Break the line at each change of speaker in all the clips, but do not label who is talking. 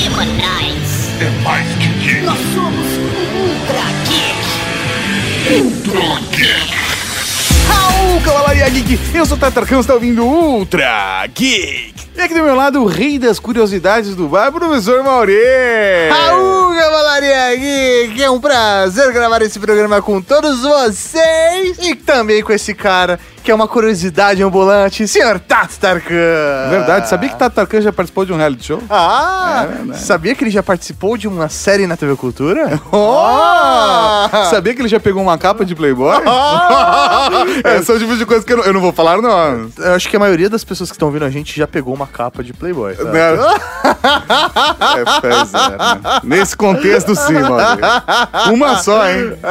semanais.
É mais que geek.
Nós somos o Ultra Geek. Ultra Geek.
Au, Cavalaria Geek! Eu sou o Tatar Ramos, tá ouvindo Ultra Geek! E aqui do meu lado, o rei das curiosidades do bar, professor Maurê!
Raul Cavalaria Geek, é um prazer gravar esse programa com todos vocês e também com esse cara que é uma curiosidade ambulante, senhor Tato Tarkan.
É Verdade, sabia que Tatar Khan já participou de um reality show?
Ah,
É verdade.
sabia que ele já participou de uma série na TV Cultura? Ah!
Sabia que ele já pegou uma capa de Playboy? é só o tipo de coisa que eu não, eu não vou falar, não.
Eu acho que a maioria das pessoas que estão ouvindo a gente já pegou uma capa de Playboy. tá?
Né? É, pois é, né? Nesse contexto, sim, Maurê. Uma só, hein? Ai,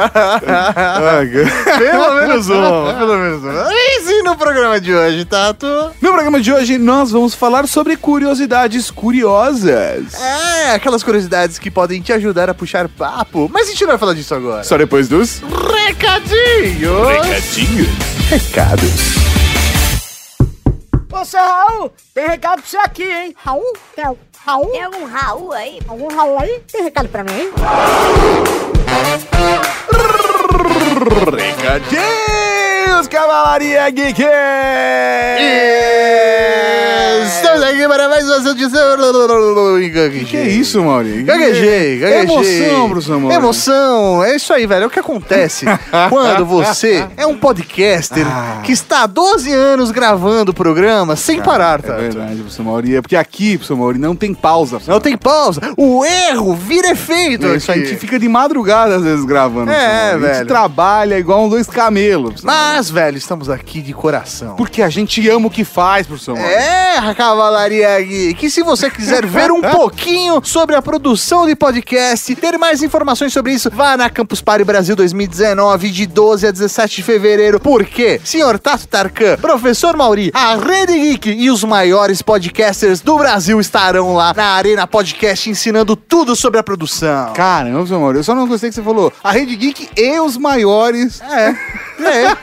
cara.
Pelo menos uma, pelo menos uma. E sim, no programa de hoje, Tato.
No programa de hoje, nós vamos falar sobre curiosidades curiosas.
É, aquelas curiosidades que podem te ajudar a puxar papo. Mas a gente não vai falar disso agora.
Só um depois dos
Recadinhos!
recadinhos. Recados.
Ô, seu Raul, tem recado pra você aqui, hein? Raul? Tem al- Raul?
Tem algum É um Raul aí?
Algum Raul aí? Tem recado pra mim, hein?
Recadinhos, Cavalaria Geek!
Estamos aqui para mais uma de
Que é isso, Mauri?
Gaguejei, gaguejei.
Emoção, professor Mauri.
Emoção, é isso aí, velho. É o que acontece quando você é um podcaster
Ah.
que está há 12 anos gravando o programa sem parar,
É
tá?
verdade, professor Mauri. É porque aqui, professor Mauri, não tem pausa. professor
Não tem pausa. O erro vira efeito
Mauri.
aqui.
Isso, a gente fica de madrugada às vezes gravando.
É,
professor Mauri. A gente
velho.
trabalha igual uns dois camelos. professor Mauri.
Mas, velho, estamos aqui de coração.
Porque a gente ama o que faz, professor Mauri.
É, Cavalaria Geek, se você quiser ver um pouquinho sobre a produção de podcast, ter mais informações sobre isso, vá na Campus Party Brasil 2019, de 12 a 17 de fevereiro. Porque, senhor Tato Tarkan, professor Mauri, a Rede Geek e os maiores podcasters do Brasil estarão lá na Arena Podcast ensinando tudo sobre a produção.
Caramba, professor Mauri, eu só não gostei que você falou a Rede Geek e os maiores.
É, é.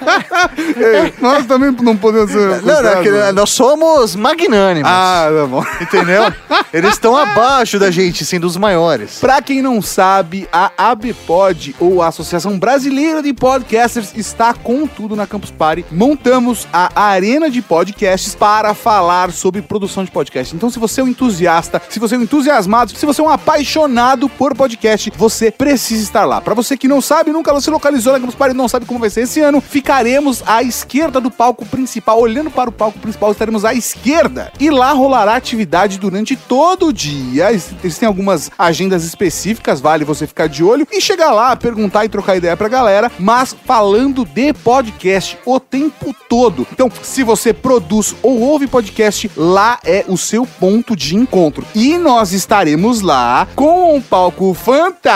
Ei, nós também não podemos ser.
Não, não, que
considerados.
nós somos magnânimos.
Ah, tá bom.
Entendeu? é, Eles estão abaixo da gente, sendo os maiores.
Pra quem não sabe, a ABPOD, ou a Associação Brasileira de Podcasters, está com tudo na Campus Party. Montamos a arena de podcasts para falar sobre produção de podcast. Então, se você é um entusiasta, se você é um entusiasmado, se você é um apaixonado por podcast, você precisa estar lá. Pra você que não sabe, nunca se localizou na Campus Party, não sabe como vai ser esse ano, ficaremos à esquerda do palco principal. Olhando para o palco principal, estaremos à esquerda. E lá rolará atividade durante todo o dia. Ex- Existem algumas agendas específicas, vale você ficar de olho e chegar lá, perguntar e trocar ideia pra galera, mas falando de podcast o tempo todo. Então, se você produz ou ouve podcast, lá é o seu ponto de encontro. E nós estaremos lá com um palco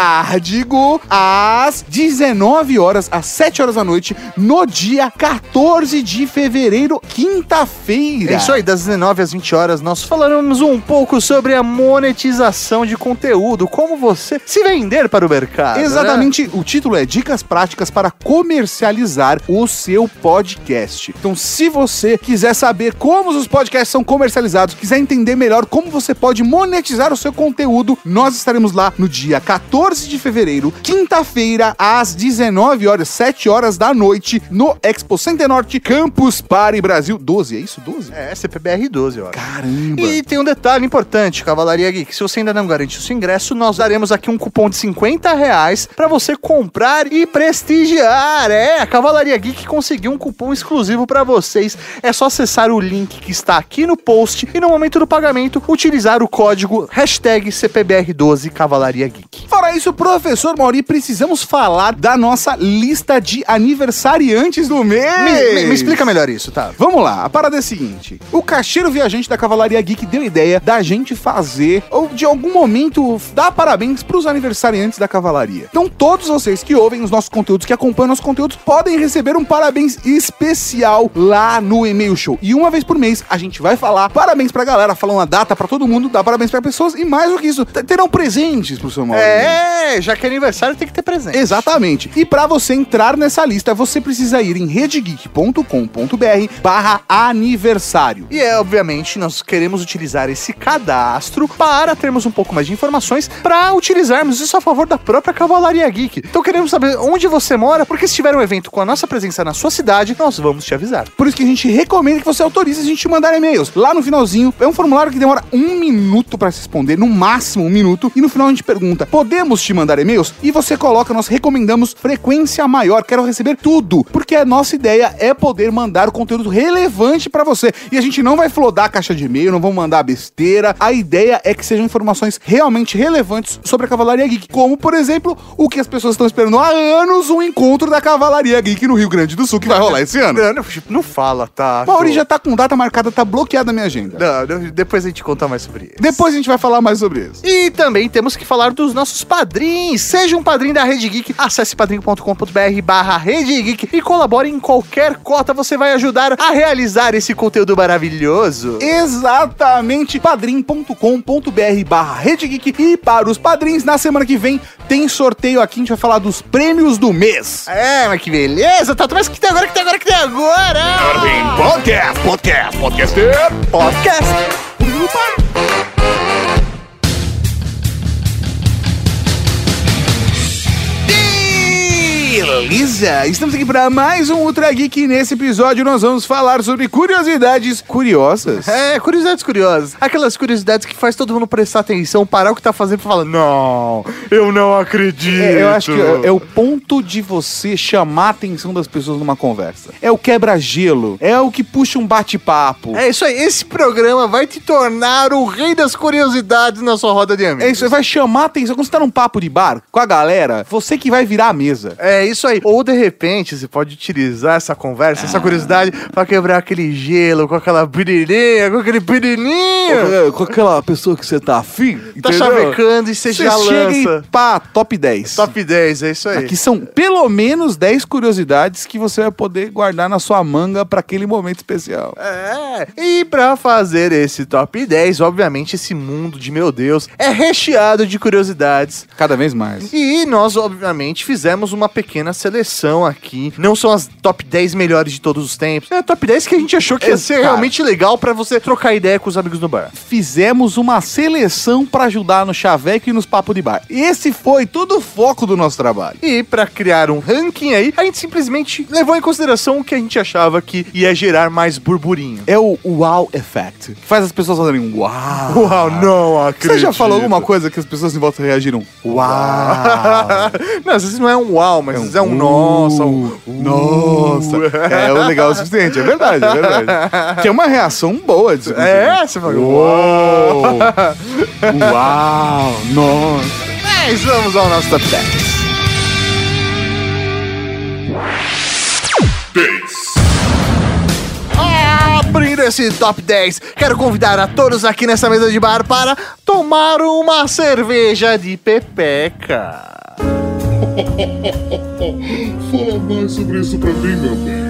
fantástico às 19 horas, às 7 horas da noite, no dia 14 de fevereiro, quinta-feira.
É isso aí, das 19 às 20 horas nós falaremos um pouco sobre a monetização de conteúdo, como você se vender para o mercado. né?
Exatamente, o título é Dicas Práticas para Comercializar o Seu Podcast. Então, se você quiser saber como os podcasts são comercializados, quiser entender melhor como você pode monetizar o seu conteúdo, nós estaremos lá no dia 14 de fevereiro, quinta-feira, às 19 horas, 7 horas da noite, no Expo Center Norte, Campus Party Brasil 12. É isso? 12?
É, CPBR 12, ó.
Caramba!
E tem um detalhe importante, Cavalaria Geek. Se você ainda não garante o seu ingresso, nós daremos aqui um cupom de 50 reais para você comprar e prestigiar. É, a Cavalaria Geek conseguiu um cupom exclusivo para vocês. É só acessar o link que está aqui no post e no momento do pagamento utilizar o código hashtag CPBR12 Cavalaria Geek.
Fora isso, professor Mauri, precisamos falar da nossa lista de aniversariantes do mês.
Me, me- me explica melhor isso, tá?
Vamos lá, a parada é a seguinte. O caixeiro viajante da Cavalaria Geek deu ideia da gente fazer, ou de algum momento, dar parabéns pros aniversariantes da Cavalaria. Então todos vocês que ouvem os nossos conteúdos, que acompanham nossos conteúdos, podem receber um parabéns especial lá no e-mail show. E uma vez por mês, a gente vai falar parabéns pra galera, falar uma data pra todo mundo, dar parabéns pra pessoas, e mais do que isso, t- terão presentes pro seu Mauri.
É, já que é aniversário tem que ter presente.
Exatamente. E pra você entrar nessa lista, você precisa ir em redegeek.com.br barra aniversário.
E é, obviamente, nós queremos utilizar esse cadastro para termos um pouco mais de informações para utilizarmos isso a favor da própria Cavalaria Geek. Então queremos saber onde você mora, porque se tiver um evento com a nossa presença na sua cidade, nós vamos te avisar.
Por isso que a gente recomenda que você autorize a gente te mandar e-mails. Lá no finalzinho, é um formulário que demora um minuto para se responder, no máximo um minuto. E no final a gente pergunta: podemos te mandar e-mails? E você coloca, nós recomendamos frequência maior. Quero receber tudo. Porque a nossa ideia é poder mandar conteúdo relevante para você. E a gente não vai flodar a caixa de e-mail, não vamos mandar besteira. A ideia é que sejam informações realmente relevantes sobre a Cavalaria Geek. Como, por exemplo, o que as pessoas estão esperando há anos um encontro da Cavalaria Geek no Rio Grande do Sul, que vai rolar esse ano.
Não, não, não fala, tá?
Mauri já tá com data marcada, tá bloqueada a minha agenda.
Não, não, depois a gente conta mais sobre isso.
Depois a gente vai falar mais sobre isso.
E também temos que falar dos nossos padrinhos. Seja um padrinho da Rede Geek, acesse padrinho.com.br barra Rede Geek e colabore em qualquer cota. Você vai ajudar a realizar esse conteúdo maravilhoso.
Exatamente, padrim.com.br barra Rede Geek. E para os padrinhos, na semana que vem tem sorteio aqui, a gente vai falar dos prêmios do mês.
É, mas que beleza, Tato. Mas que tem agora, que tem agora, que tem agora?
Podcast, podcast, podcaster,
Podcast.
Beleza, estamos aqui para mais um Ultra Geek e nesse episódio nós vamos falar sobre curiosidades curiosas.
É, curiosidades curiosas. Aquelas curiosidades que faz todo mundo prestar atenção, parar o que tá fazendo e falar: Não, eu não acredito.
É, eu acho que é, é o ponto de você chamar a atenção das pessoas numa conversa. É o quebra-gelo, é o que puxa um bate-papo.
É isso aí, esse programa vai te tornar o rei das curiosidades na sua roda de amigos.
É isso, vai chamar a atenção. Quando você tá num papo de bar com a galera, você que vai virar a mesa.
É isso aí. Ou de repente você pode utilizar essa conversa, essa curiosidade, pra quebrar aquele gelo com aquela brilhinha, com aquele brilhinho.
Com aquela pessoa que você tá afim,
É. Tá chavecando e você,
Você
já
chega
lança.
e pá, top 10.
Top 10, é isso aí.
Aqui são pelo menos 10 curiosidades que você vai poder guardar na sua manga pra aquele momento especial.
É, e pra fazer esse top 10, obviamente esse mundo de meu Deus é recheado de curiosidades.
Cada vez mais.
E nós, obviamente, fizemos uma pequena seleção aqui. Não são as top 10 melhores de todos os tempos. É a top 10 que a gente achou que ia ser
Exato.
realmente legal pra você trocar ideia com os amigos no bar.
Fizemos uma seleção pra ajudar no chaveco e nos papo de bar. Esse foi todo o foco do nosso trabalho.
E pra criar um ranking aí, a gente simplesmente levou em consideração o que a gente achava que ia gerar mais burburinho.
É o wow effect, que faz as pessoas fazerem um uau.
Uau, não acredito.
Você já falou alguma coisa que as pessoas em volta reagiram uau?
não, às vezes não é um uau, mas às vezes é um
uh,
nossa, um uh.
nossa. É o legal o suficiente, é verdade, é verdade. Que é uma reação boa disso.
É, você fala,
Uou! Uau! Nossa!
Mas vamos ao nosso top 10. Abrindo esse top 10, quero convidar a todos aqui nessa mesa de bar para tomar uma cerveja de pepeca.
Fala mais sobre isso pra mim, meu bem.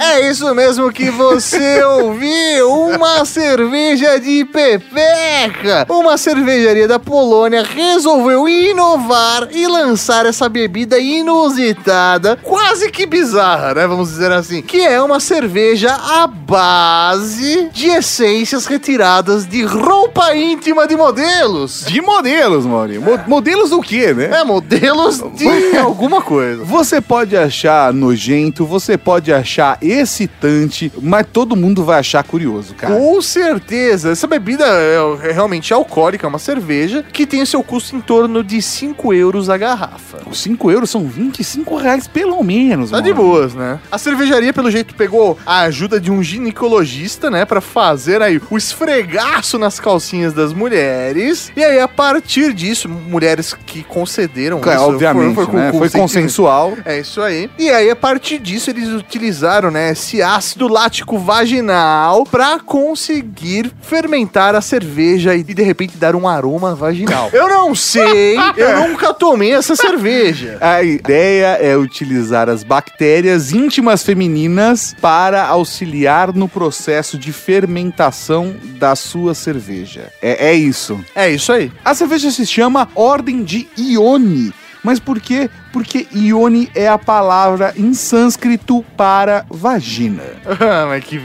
É isso mesmo que você ouviu! Uma cerveja de pepeca! Uma cervejaria da Polônia resolveu inovar e lançar essa bebida inusitada, quase que bizarra, né? Vamos dizer assim. Que é uma cerveja à base de essências retiradas de roupa íntima de modelos.
De modelos, Mauri. Mo- modelos do quê, né?
É, modelos de alguma coisa.
Você pode achar nojento, você pode achar excitante, mas todo mundo vai achar curioso, cara.
Com certeza. Essa bebida é é realmente alcoólica, é uma cerveja, que tem o seu custo em torno de 5 euros a garrafa.
5 euros são 25 reais, pelo menos.
Tá de
Mauri.
boas, né? A cervejaria, pelo jeito, pegou a ajuda de um ginecologista, né? Pra fazer aí o esfregaço nas calcinhas das mulheres. E aí, a partir disso, mulheres que concederam
Cara,
isso,
obviamente,
com-
né?
com
Foi
consentimento.
consensual.
É isso aí. E aí, a partir disso, eles utilizaram, né, esse ácido lático vaginal pra conseguir fermentar a cerveja e, de repente, dar um aroma vaginal. Eu não sei, eu nunca tomei essa cerveja.
A ideia é utilizar as bactérias íntimas femininas para auxiliar no processo de fermentação da sua cerveja. É, é isso.
É isso aí.
A cerveja se chama Ordem de Ione. Mas por quê? Porque Ione é a palavra em sânscrito para vagina.
Ah, mas que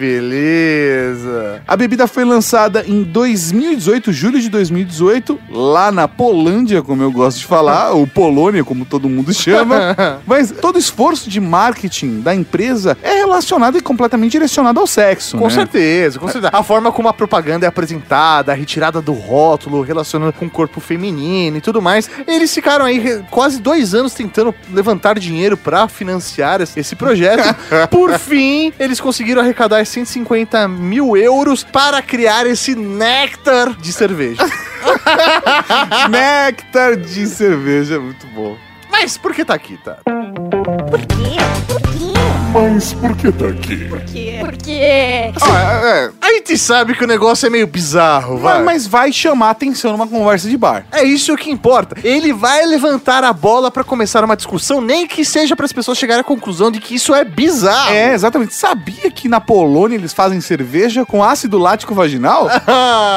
beleza.
A bebida foi lançada em 2018, julho de 2018, lá na Polândia, como eu gosto de falar, ou Polônia, como todo mundo chama. Mas todo esforço de marketing da empresa é relacionado e completamente direcionado ao sexo,
Com
né?
certeza, com certeza. A forma como a propaganda é apresentada, a retirada do rótulo, relacionando com o corpo feminino e tudo mais. Eles ficaram aí re- quase dois anos tentando levantar dinheiro pra financiar es- esse projeto. Por fim, eles conseguiram arrecadar 150 mil euros para criar esse néctar de cerveja.
Néctar de cerveja, é muito bom.
Mas por que tá aqui, tá?
Por quê? Por quê?
Mas por que tá aqui?
Por quê? Por quê?
Ah,
A gente sabe que o negócio é meio bizarro, vai.
é, Mas, mas vai chamar atenção numa conversa de bar.
É isso que importa. Ele vai levantar a bola pra começar uma discussão, nem que seja pras pessoas chegarem à conclusão de que isso é bizarro.
É, exatamente. Sabia que na Polônia eles fazem cerveja com ácido lático vaginal?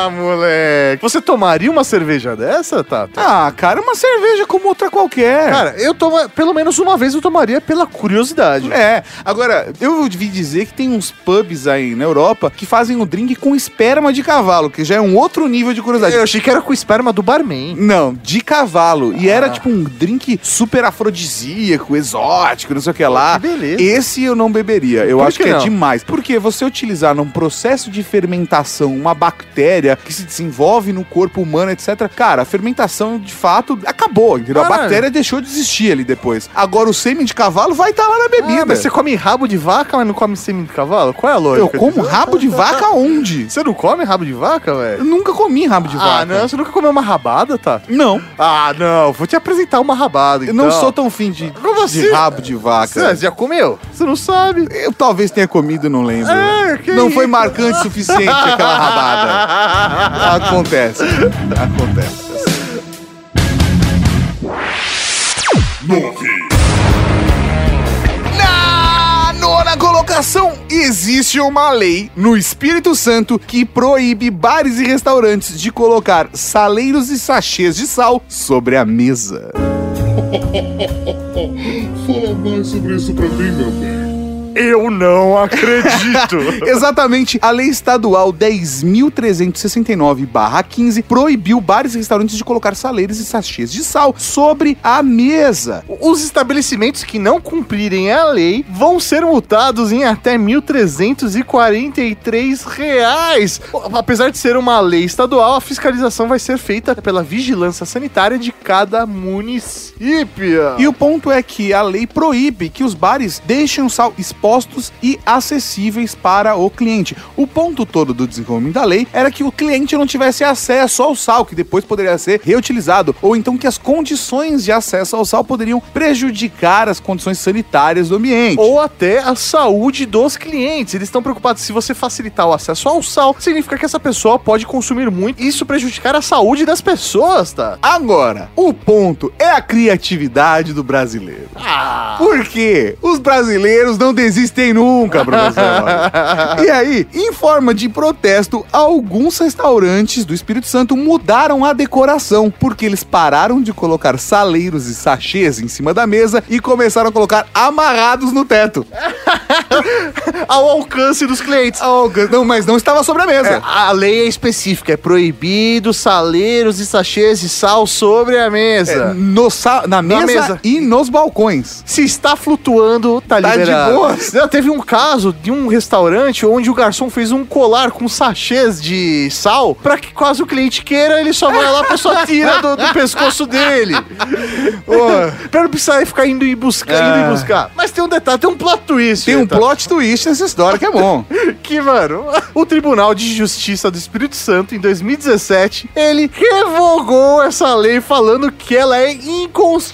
Ah, moleque. Você tomaria uma cerveja dessa, Tata?
Ah, cara, uma cerveja como outra qualquer.
Cara, eu tomo, pelo menos uma vez eu tomaria pela curiosidade.
É, agora, eu ouvi dizer que tem uns pubs aí na Europa que fazem o drink com esperma de cavalo, que já é um outro nível de curiosidade.
Eu achei que era com esperma do barman.
Não, de cavalo. E
Ah.
era tipo um drink super afrodisíaco, exótico, não sei o que lá.
que beleza.
Esse eu não beberia. Eu
Por
acho
que
que, é
não?
demais. Porque você utilizar num processo de fermentação uma bactéria que se desenvolve no corpo humano, etc. Cara, a fermentação de fato acabou, entendeu? A
Caralho.
bactéria deixou de existir ali depois. Agora o sêmen de cavalo vai estar lá na bebida.
Ah, mas você come rabo de vaca, mas não come sêmen de cavalo? Qual é a
Eu
lógica?
como
disso?
rabo de vaca onde?
Você não come rabo de vaca,
Eu
velho?
nunca comi rabo de vaca.
Ah, não. Você nunca comeu uma rabada, Tata?
Não,
Ah, não. Vou te apresentar uma rabada,
eu
então.
não sou tão fim de,
Como
de
assim?
rabo de
Você
vaca.
já comeu? Você não sabe.
Eu talvez tenha comido, não lembro.
É, que
não foi
isso?
marcante o suficiente aquela rabada. Acontece. Acontece.
9.
Na nona colocação, existe uma lei no Espírito Santo que proíbe bares e restaurantes de colocar saleiros e sachês de sal sobre a mesa.
Fala mais sobre isso pra mim, meu bem.
Eu não acredito.
Exatamente, a lei estadual 10.369-15 proibiu bares e restaurantes de colocar saleiros e sachês de sal sobre a mesa.
Os estabelecimentos que não cumprirem a lei vão ser multados em até R$ 1.343. reais. Apesar de ser uma lei estadual, a fiscalização vai ser feita pela vigilância sanitária de cada município.
E o ponto é que a lei proíbe que os bares deixem o sal expostos e acessíveis para o cliente. O ponto todo do desenvolvimento da lei era que o cliente não tivesse acesso ao sal, que depois poderia ser reutilizado, ou então que as condições de acesso ao sal poderiam prejudicar as condições sanitárias do ambiente.
ou até a saúde dos clientes. Eles estão preocupados se você facilitar o acesso ao sal, significa que essa pessoa pode consumir muito e isso prejudicar a saúde das pessoas, tá?
Agora, o ponto é a criatividade do brasileiro.
Ah.
Por quê? Os brasileiros não desistem nunca, professor. e aí, em forma de protesto, alguns restaurantes do Espírito Santo mudaram a decoração, porque eles pararam de colocar saleiros e sachês em cima da mesa e começaram a colocar amarrados no teto.
Ao alcance dos clientes.
Não, mas não estava sobre a mesa.
É, a lei é específica, é proibido saleiros e sachês de sal sobre a mesa.
É, No sa- na, mesa
É, mesa.
e nos balcões.
Se está flutuando, tá,
Tá de
liberado.
boa.
Não, teve um caso de um restaurante onde o garçom fez um colar com sachês de sal pra que caso o cliente queira, ele só vai lá, a pessoa tira do, do pescoço dele. Ô, pra não precisar ficar indo e buscar, indo e
Ah.
buscar. Mas tem um detalhe, tem um plot twist.
Tem um
Eta.
plot twist nessa história que é bom.
que, mano, o Tribunal de Justiça do Espírito Santo, em 2017, ele revogou essa lei falando que ela é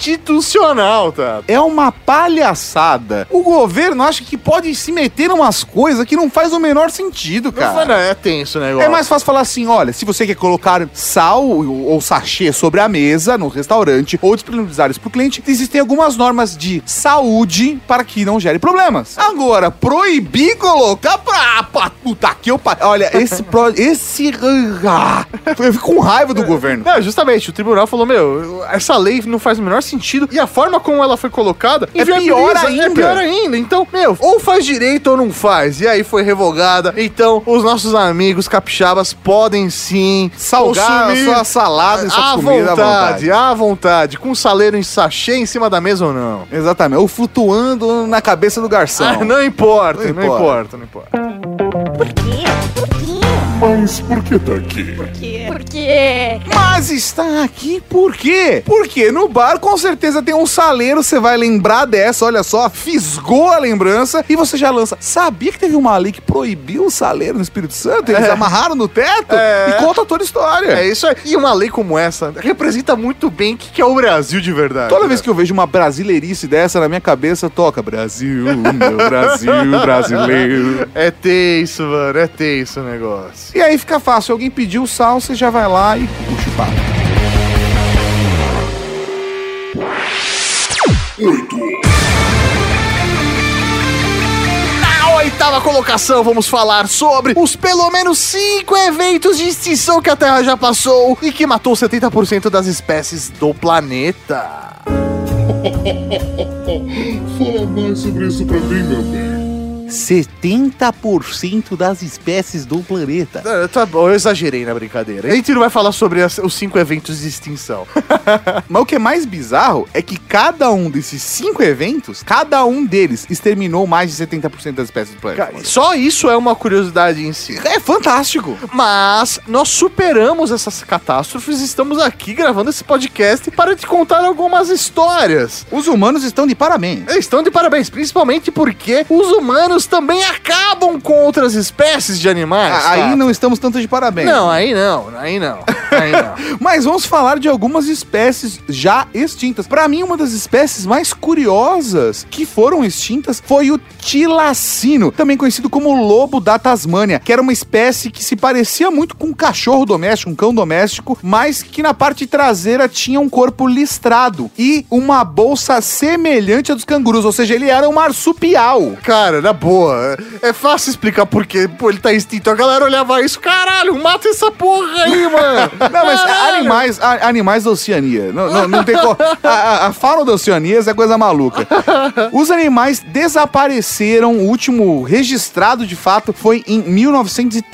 inconstitucional, tá?
É uma palhaçada. O governo acha que pode se meter em umas coisas que não faz o menor sentido,
Não foi,
cara.
não, é tenso o negócio.
É mais fácil falar assim, olha, se você quer colocar sal ou ou sachê sobre a mesa no restaurante ou disponibilizar isso pro cliente, existem algumas normas de saúde para que não gere problemas. Agora, Piccolo, pra, pra puta que eu... pa- Olha, esse... Pro, esse ah, eu fico com raiva do governo.
Não, justamente, o tribunal falou, meu, essa lei não faz o menor sentido e a forma como ela foi colocada
É pior
viabiliza,
ainda.
É pior ainda. Então, meu, ou faz direito ou não faz. E aí foi revogada. Então, os nossos amigos capixabas podem sim
Salgar a
consumir
sua salada e sua
à
comida à
vontade,
vontade.
à vontade, com saleiro em sachê em cima da mesa ou não.
Exatamente, ou flutuando na cabeça do garçom.
Ah, não importa,
Não
não importa, não importa.
Mas por que tá aqui?
Por quê?
Mas está aqui por quê? Porque no bar com certeza tem um saleiro, você vai lembrar dessa, olha só, fisgou a lembrança e você já lança. Sabia que teve uma lei que proibiu o saleiro no Espírito Santo? Eles
É.
amarraram no teto
É.
e conta toda a história.
É isso aí. E uma lei como essa representa muito bem o que que é o Brasil de verdade. né?
Toda vez que eu vejo uma brasileirice dessa na minha cabeça, toca Brasil, meu Brasil brasileiro.
É tenso, mano. É tenso o negócio.
E aí fica fácil, alguém pediu sal, você já vai lá e puxa o papo.
8.
Na oitava colocação, vamos falar sobre os pelo menos cinco eventos de extinção que a Terra já passou e que matou 70% das espécies do planeta.
Fala mais sobre isso pra mim, meu bem.
70% das espécies do planeta.
Ah, Tá bom, eu exagerei na brincadeira. A gente não vai falar sobre as- os cinco eventos de extinção.
Mas o que é mais bizarro é que cada um desses cinco eventos, cada um deles exterminou mais de 70% das espécies do planeta.
Só isso é uma curiosidade em si.
É fantástico!
Mas nós superamos essas catástrofes e estamos aqui gravando esse podcast para te contar algumas histórias.
Os humanos estão de parabéns.
Eles Estão de parabéns, principalmente porque os humanos também acabam com outras espécies de animais.
A-
tá?
Ah, Aí não estamos tanto de parabéns.
Não, aí não, aí não, aí não.
Mas vamos falar de algumas espécies já extintas. Pra mim, uma das espécies mais curiosas que foram extintas foi o tilacino, também conhecido como lobo da Tasmânia, que era uma espécie que se parecia muito com um cachorro doméstico, um cão doméstico, mas que na parte traseira tinha um corpo listrado e uma bolsa semelhante à dos cangurus, ou seja, ele era um marsupial.
Cara, na boa, é fácil explicar porque pô, ele tá extinto. A galera olhava isso, caralho, mata essa porra aí, mano.
Não, mas
Caralho.
animais, a- animais da Oceania. Não, não, não tem co- a, a- a fauna da Oceania é coisa maluca. Os animais desapareceram. O último registrado, de fato, foi em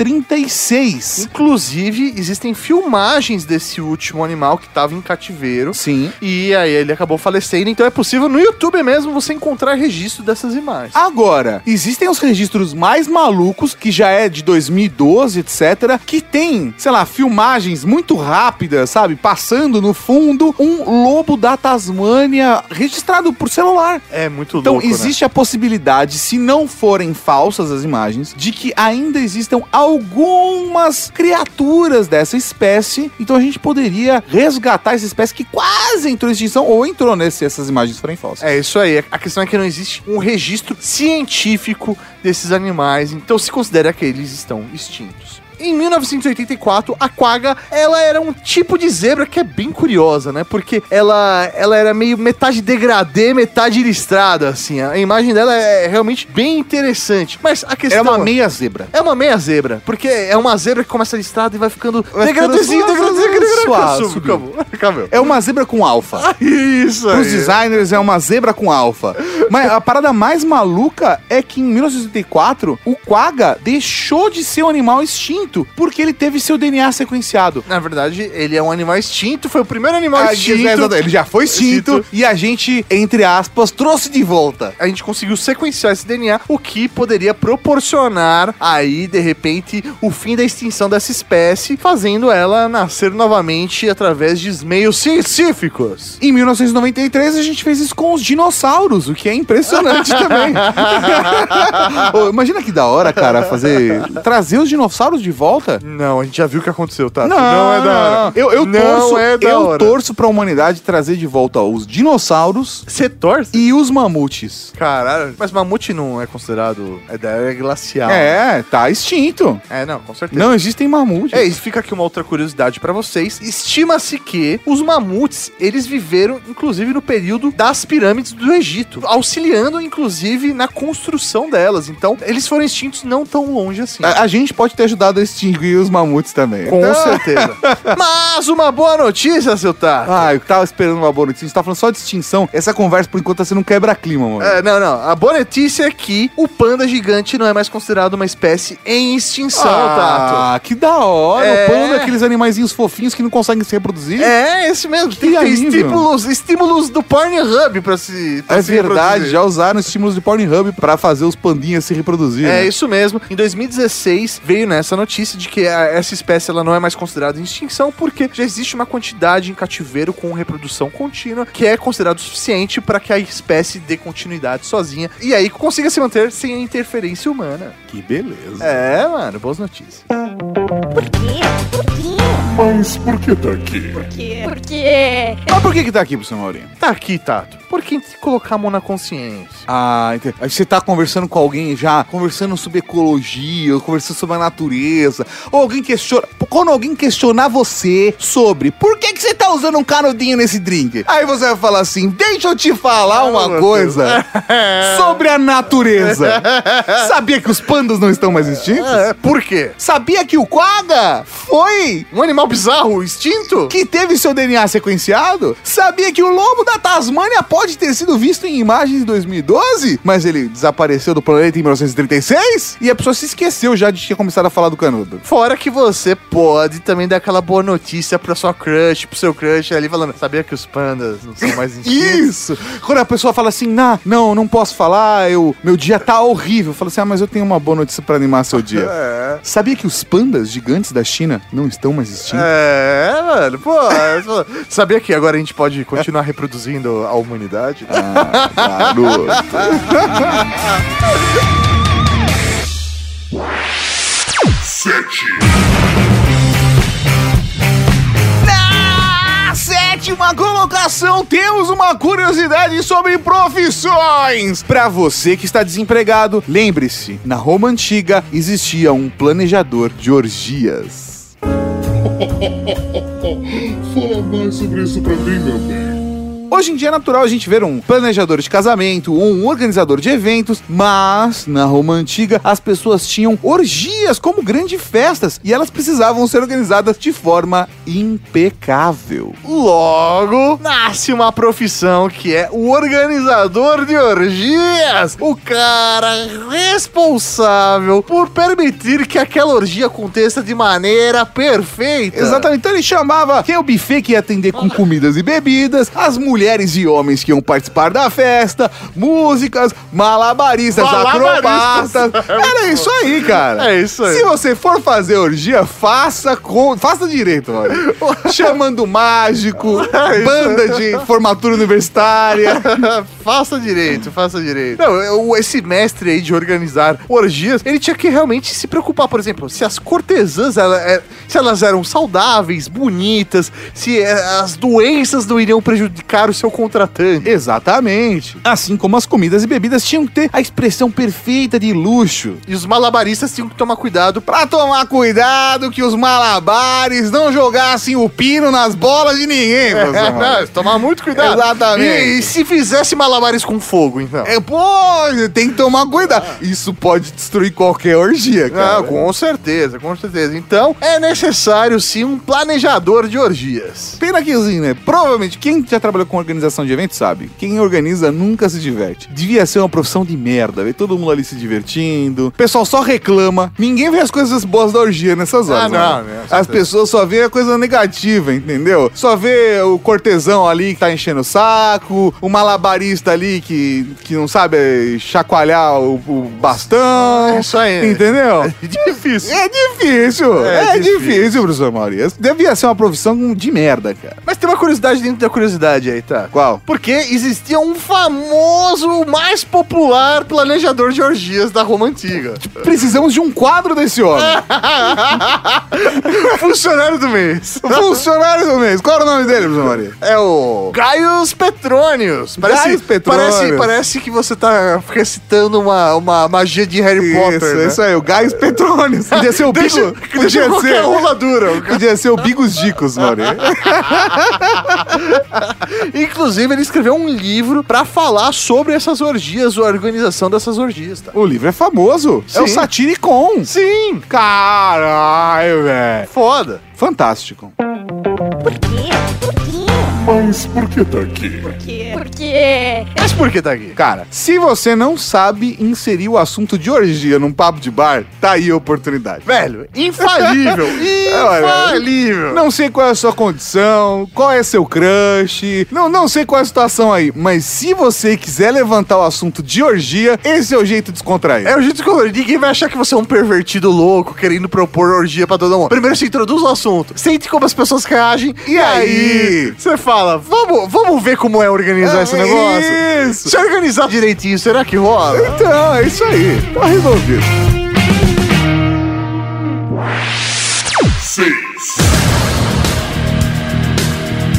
1936.
Inclusive, existem filmagens desse último animal que tava em cativeiro.
Sim.
E aí ele acabou falecendo, então é possível no YouTube mesmo você encontrar registro dessas imagens.
Agora, existem os registros mais malucos, que já é de 2012, etc., que tem, sei lá, filmagens muito rápidas, sabe? Passando no fundo um lobo da Tasmânia registrado por celular.
É muito
Então,
louco, né?
existe a possibilidade, se não forem falsas as imagens, de que ainda existam algumas criaturas dessa espécie. Então, a gente poderia resgatar essa espécie que quase entrou em extinção ou entrou, né? Se essas imagens forem falsas.
É isso aí. A questão é que não existe um registro científico desses animais, então se considera que eles estão extintos. Em 1984, a quagga, ela era um tipo de zebra que é bem curiosa, né? Porque ela, ela era meio metade degradê, metade listrada, assim. A imagem dela é realmente bem interessante. Mas a
É
questão
uma meia zebra.
É uma meia zebra, porque é uma zebra que começa listrada e vai ficando degradezinho,
ficando
degradezinho,
suave,
degradezinho.
subiu.
Acabou, acabou.
É uma zebra com alfa.
Ah, Isso
Para os designers é uma zebra com alfa. Mas a parada mais maluca é que em 1984 o quagga deixou de ser um animal extinto porque ele teve seu DNA sequenciado.
Na verdade, ele é um animal extinto, foi o primeiro animal
Ah,
extinto.
é, exato, ele já foi extinto,
Extinto.
e a gente, entre aspas, trouxe de volta.
A gente conseguiu sequenciar esse DNA, o que poderia proporcionar aí, de repente, o fim da extinção dessa espécie, fazendo ela nascer novamente através de meios científicos.
Em 1993 a gente fez isso com os dinossauros, o que é impressionante também. Ô, imagina que da hora, cara, fazer trazer os dinossauros de volta?
Não, a gente já viu o que aconteceu, tá?
Não, não é da hora. Eu, eu
não
torço,
é da
eu
hora.
torço pra humanidade trazer de volta os dinossauros
Você torce?
e os mamutes.
Caralho. Mas mamute não é considerado. É da era glacial.
É, tá extinto.
É, não, com certeza.
Não existem mamutes.
É, e fica aqui uma outra curiosidade pra vocês. Estima-se que os mamutes, eles viveram, inclusive, no período das pirâmides do Egito, auxiliando, inclusive, na construção delas. Então, eles foram extintos não tão longe assim.
A, a gente pode ter ajudado a extinguir os mamutes também.
Com
Então-
certeza. Mas uma boa notícia, seu Tato.
Ah, eu tava esperando uma boa notícia. A gente tá falando só de extinção. Essa conversa, por enquanto, tá sendo um quebra-clima, mano.
É, não, não. A boa notícia é que o panda gigante não é mais considerado uma espécie em extinção, Tato.
Ah, que da hora.
É.
O panda é aqueles animaizinhos fofinhos que não conseguem se reproduzir.
É, esse mesmo. Tem que ter
alívio.
estímulos, estímulos do Pornhub pra se. pra
É
se
verdade,
reproduzir.
já usaram estímulos de Pornhub pra fazer os pandinhas se reproduzirem. né?
É isso mesmo. Em 2016 veio nessa notícia de que a- essa espécie ela não é mais considerada em extinção porque já existe uma quantidade em cativeiro com reprodução contínua que é considerado suficiente para que a espécie dê continuidade sozinha e aí consiga se manter sem a interferência humana.
Que beleza.
É, mano, boas notícias.
Por quê? Por quê?
Mas por que tá aqui?
Por quê? Por quê?
Mas por que que tá aqui, professor Maurinho?
Tá aqui, Tato. Por que colocar a mão na consciência?
Ah, entendi. Aí você tá conversando com alguém já, conversando sobre ecologia, conversando sobre a natureza, ou alguém questiona. Quando alguém questionar você sobre por que, que você tá usando um canudinho nesse drink, aí você vai falar assim: deixa eu te
Ah,
falar uma coisa sobre a natureza. Sabia que os pandas não estão mais extintos?
É, por quê?
Sabia que o quagga foi
Um animal bizarro, extinto?
que teve seu DNA sequenciado? Sabia que o lobo da Tasmânia pode ter sido visto em imagens de 2012? Mas ele desapareceu do planeta em 1936? E a pessoa se esqueceu já de ter começado a falar do canudo.
Fora que você pode também dar aquela boa notícia pra sua crush, pro seu crush ali falando, sabia que os pandas não são mais extintos?
Isso! Quando a pessoa fala assim, nah, não, não posso falar, eu, meu dia tá horrível. Fala assim, ah, mas eu tenho uma boa notícia pra animar seu dia.
É,
Sabia que os pandas gigantes da China não estão mais extintos?
é, mano, pô, pô, sabia que agora a gente pode continuar reproduzindo a humanidade? né?
Garoto. Na sétima colocação, temos uma curiosidade sobre profissões. Para você que está desempregado, lembre-se, na Roma antiga existia um planejador de orgias.
Fala mais sobre isso pra mim, meu bem.
Hoje em dia é natural a gente ver um planejador de casamento ou um organizador de eventos, mas na Roma antiga as pessoas tinham orgias como grandes festas e elas precisavam ser organizadas de forma impecável.
Logo, nasce uma profissão que é o organizador de orgias. O cara responsável por permitir que aquela orgia aconteça de maneira perfeita.
Exatamente. Então ele chamava quem é o buffet que ia atender com comidas e bebidas, as mulheres e homens que iam participar da festa, músicas, malabaristas,
Malabaristas.
acrobatas. Era isso aí, cara.
É isso aí.
Se você for fazer orgia, faça com, faça direito, mano. Chamando mágico,
É
banda de formatura universitária.
faça direito, faça direito. Não, eu- esse mestre aí de organizar orgias, ele tinha que realmente se preocupar, por exemplo, se as cortesãs, ela- é, se elas eram saudáveis, bonitas, se é, as doenças não iriam prejudicar o seu contratante.
Exatamente. Assim como as comidas e bebidas tinham que ter a expressão perfeita de luxo.
E os malabaristas tinham que tomar cuidado pra...
Pra tomar cuidado que os malabares não jogassem o pino nas bolas de ninguém,
É.
professor Maurício.
tomar muito cuidado.
Exatamente.
E, e se fizesse malabares com fogo, então?
É, pô, tem que tomar cuidado. Isso pode destruir qualquer orgia, cara.
Ah, com certeza, com certeza. Então, é necessário sim um planejador de orgias.
Pena que assim, né? Provavelmente, quem já trabalhou com organização de eventos sabe. Quem organiza nunca se diverte. Devia ser uma profissão de merda, ver todo mundo ali se divertindo. O pessoal só reclama. Ninguém vê as coisas boas da orgia nessas horas.
Ah, não,
mano.
né? Com
As
certeza.
pessoas só vê a coisa negativa, entendeu? Só vê o cortesão ali que tá enchendo o saco, o malabarista ali que, que não sabe eh, chacoalhar o, o bastão.
É isso aí.
Entendeu?
É difícil.
É difícil, é,
É
difícil.
difícil.
É difícil, professor Maurício. Devia ser uma profissão de merda, cara.
Mas tem uma curiosidade dentro da curiosidade aí, tá?
Qual?
Porque existia um famoso, mais popular planejador de orgias da Roma Antiga.
Precisamos de um quadro desse homem.
Funcionário do mês.
Funcionário do mês. Qual era o nome dele, professor Maurício?
É o Gaius Petronius.
Gaius Petronius.
Parece, parece que você tá recitando uma, uma magia de Harry Potter.
isso,
né?
isso aí, o Gaius Petrones. É. Podia ser o
Deixa,
Bigo.
deixa
Podia
qualquer
ser.
rola dura. o
Podia ser o Bigos Dicos, Maurício.
Inclusive, ele escreveu um livro pra falar sobre essas orgias, a organização dessas orgias, tá?
O livro é famoso. É o
Sim.
Satiricon.
Sim!
Caralho, velho.
Foda!
Fantástico.
Mas por que tá aqui?
Por quê?
Mas por que tá aqui?
Cara, se você não sabe inserir o assunto de orgia num papo de bar, tá aí a oportunidade.
Velho, infalível!
É,
infalível!
Não sei qual é a sua condição, qual é seu crush, não, não sei qual é a situação aí, mas se você quiser levantar o assunto de orgia, esse é o jeito descontraído.
É o jeito que eu- ninguém vai achar que você é um pervertido louco querendo propor orgia pra todo mundo. Primeiro você introduz o assunto, sente como as pessoas reagem, e, aí
aí?
você fala: vamos, vamos ver como é organizar esse negócio.
Isso.
Se organizar direitinho, será que rola?
Então, é isso aí. Tá resolvido.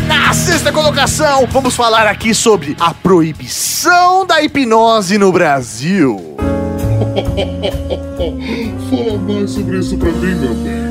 Na sexta colocação, vamos falar aqui sobre a proibição da hipnose no Brasil.
Fala mais sobre isso pra mim, meu bem.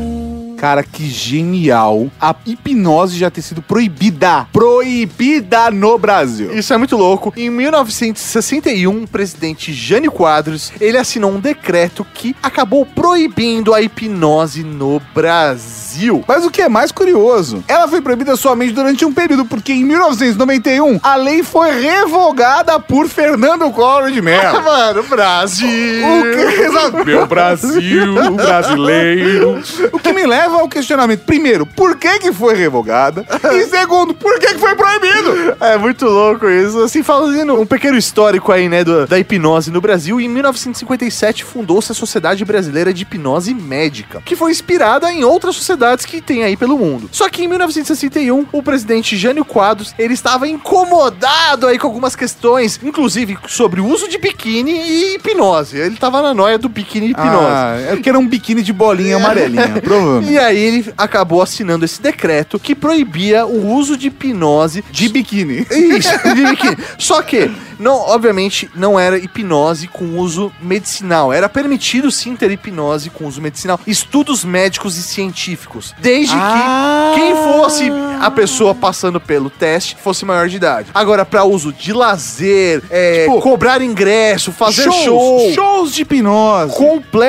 Cara, que genial a hipnose já ter sido proibida. Proibida no Brasil.
Isso é muito louco. Em 1961, o presidente Jânio Quadros, ele assinou um decreto que acabou proibindo a hipnose no Brasil.
Mas o que é mais curioso, ela foi proibida somente durante um período, porque em 1991 a lei foi revogada por Fernando Collor de
Ah,
Mello.
Mano, Brasil!
O que- Exato.
Meu Brasil, brasileiro.
O que me leva ao questionamento, primeiro, por que que foi revogada? E segundo, por que que foi proibido?
É muito louco isso. Assim, fazendo um pequeno histórico aí, né, do- da hipnose no Brasil, em 1957 fundou-se a Sociedade Brasileira de Hipnose Médica, que foi inspirada em outras sociedades que tem aí pelo mundo. Só que em 1961, o presidente Jânio Quadros, ele estava incomodado aí com algumas questões, inclusive sobre o uso de biquíni e hipnose. Ele estava na noia do biquíni e hipnose.
Ah, é porque era um biquíni de bolinha amarelinha, provavelmente.
E aí ele acabou assinando esse decreto que proibia o uso de hipnose
De biquíni.
Isso, de biquíni. Só que, não, obviamente, não era hipnose com uso medicinal. Era permitido sim ter hipnose com uso medicinal. Estudos médicos e científicos. Desde
Ah.
que quem fosse a pessoa passando pelo teste fosse maior de idade. Agora, pra uso de lazer, é,
Tipo,
cobrar ingresso, fazer show.
Shows Ah! de hipnose.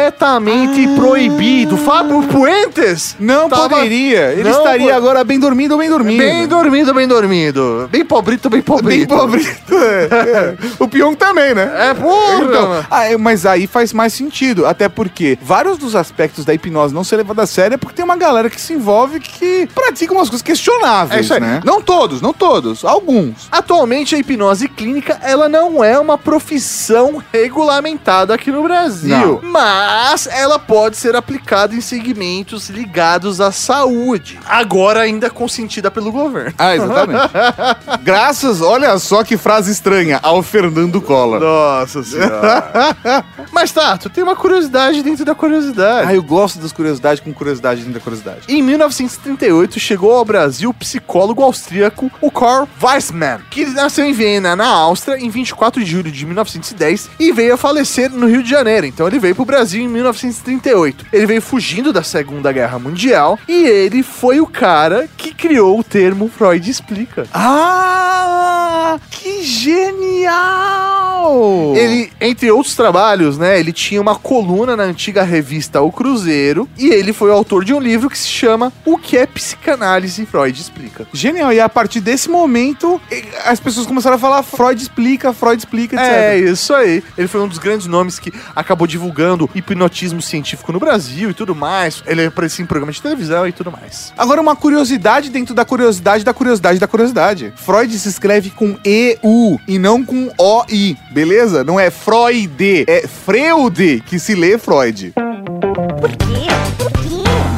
Completamente proibido. Fábio Puentes
Não
tava-
poderia. Ele
Não
estaria
po-
agora bem dormindo ou bem dormindo.
Bem dormido, bem dormido. Bem pobrito, bem pobrito.
Bem pobrito. é. O Pyong também, né?
É, porra!
Então, ah, é, mas aí faz mais sentido, até porque vários dos aspectos da hipnose não ser levada a sério é porque tem uma galera que se envolve que pratica umas coisas questionáveis,
É isso aí.
né? Não todos, não todos, alguns.
Atualmente, a hipnose clínica ela não é uma profissão regulamentada aqui no Brasil, mas ela pode ser aplicada em segmentos ligados à saúde, agora ainda consentida pelo governo.
Ah, exatamente. Graças, olha só que frase estranha, ao Fernando Collor.
Nossa senhora. mas tá, tu tem uma curiosidade dentro da curiosidade.
Ah, eu gosto das curiosidades com curiosidade dentro da curiosidade.
Em 1938, chegou ao Brasil o psicólogo austríaco, o Karl Weissmann, que nasceu em Viena, na Áustria, em 24 de julho de 1910 e veio a falecer no Rio de Janeiro. Então ele veio pro Brasil em 1938. Ele veio fugindo da Segunda Guerra Mundial e ele foi o cara que criou o termo Freud explica.
Ah, que genial!
Ele, entre outros trabalhos, né, ele tinha uma coluna na antiga revista O Cruzeiro e ele foi o autor de um livro que se chama O que é psicanálise Freud explica.
Genial, e a partir desse momento, e- as pessoas começaram a falar Freud explica, Freud explica, etc.
É, isso aí. Ele foi um dos grandes nomes que acabou divulgando hipnotismo científico no Brasil e tudo mais. Ele aparecia em programas de televisão e tudo mais.
Agora, uma curiosidade dentro da curiosidade da curiosidade da curiosidade. Freud se escreve com EU e não com OI, beleza? Não é Freud, é Freud, que se lê Freud.
Mas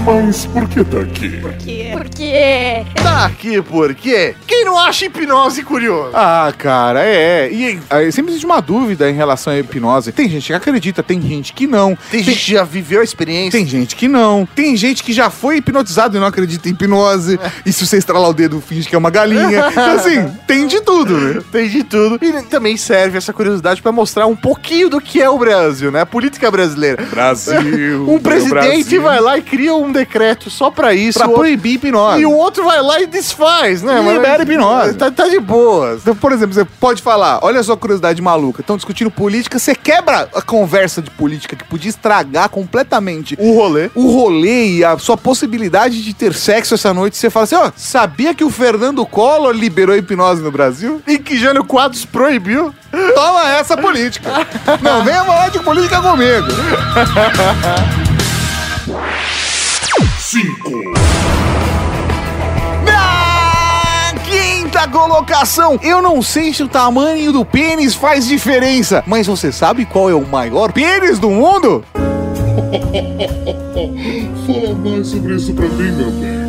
Mas por que tá aqui?
Por quê?
Tá aqui por quê? Quem não acha hipnose curioso?
Ah, cara, é. E aí, sempre existe uma dúvida em relação à hipnose. Tem gente que acredita, tem gente que não.
Tem gente que já viveu a experiência.
Tem gente que não. Tem gente que já foi hipnotizado e não acredita em hipnose. E se você estralar o dedo, finge que é uma galinha. Então, assim, tem de tudo, né?
Tem de tudo. E também serve essa curiosidade pra mostrar um pouquinho do que é o Brasil, né? A política brasileira.
Brasil.
Um presidente vai lá e cria um decreto só pra isso.
Pra
o outro-
proibir hipnose.
E o outro vai lá e desfaz, né?
é E libera hipnose.
Tá, tá de boas.
Então, por exemplo, você pode falar, olha só a curiosidade maluca, estão discutindo política, você quebra a conversa de política que podia estragar completamente
O rolê.
o rolê e a sua possibilidade de ter sexo essa noite, você fala assim, ó, sabia que o Fernando Collor liberou a hipnose no Brasil?
E que Jânio Quadros proibiu.
Toma essa política. Não venha falar de política comigo.
5.
Na quinta colocação, eu não sei se o tamanho do pênis faz diferença, mas você sabe qual é o maior pênis do mundo?
Fala mais sobre isso pra mim, meu bem.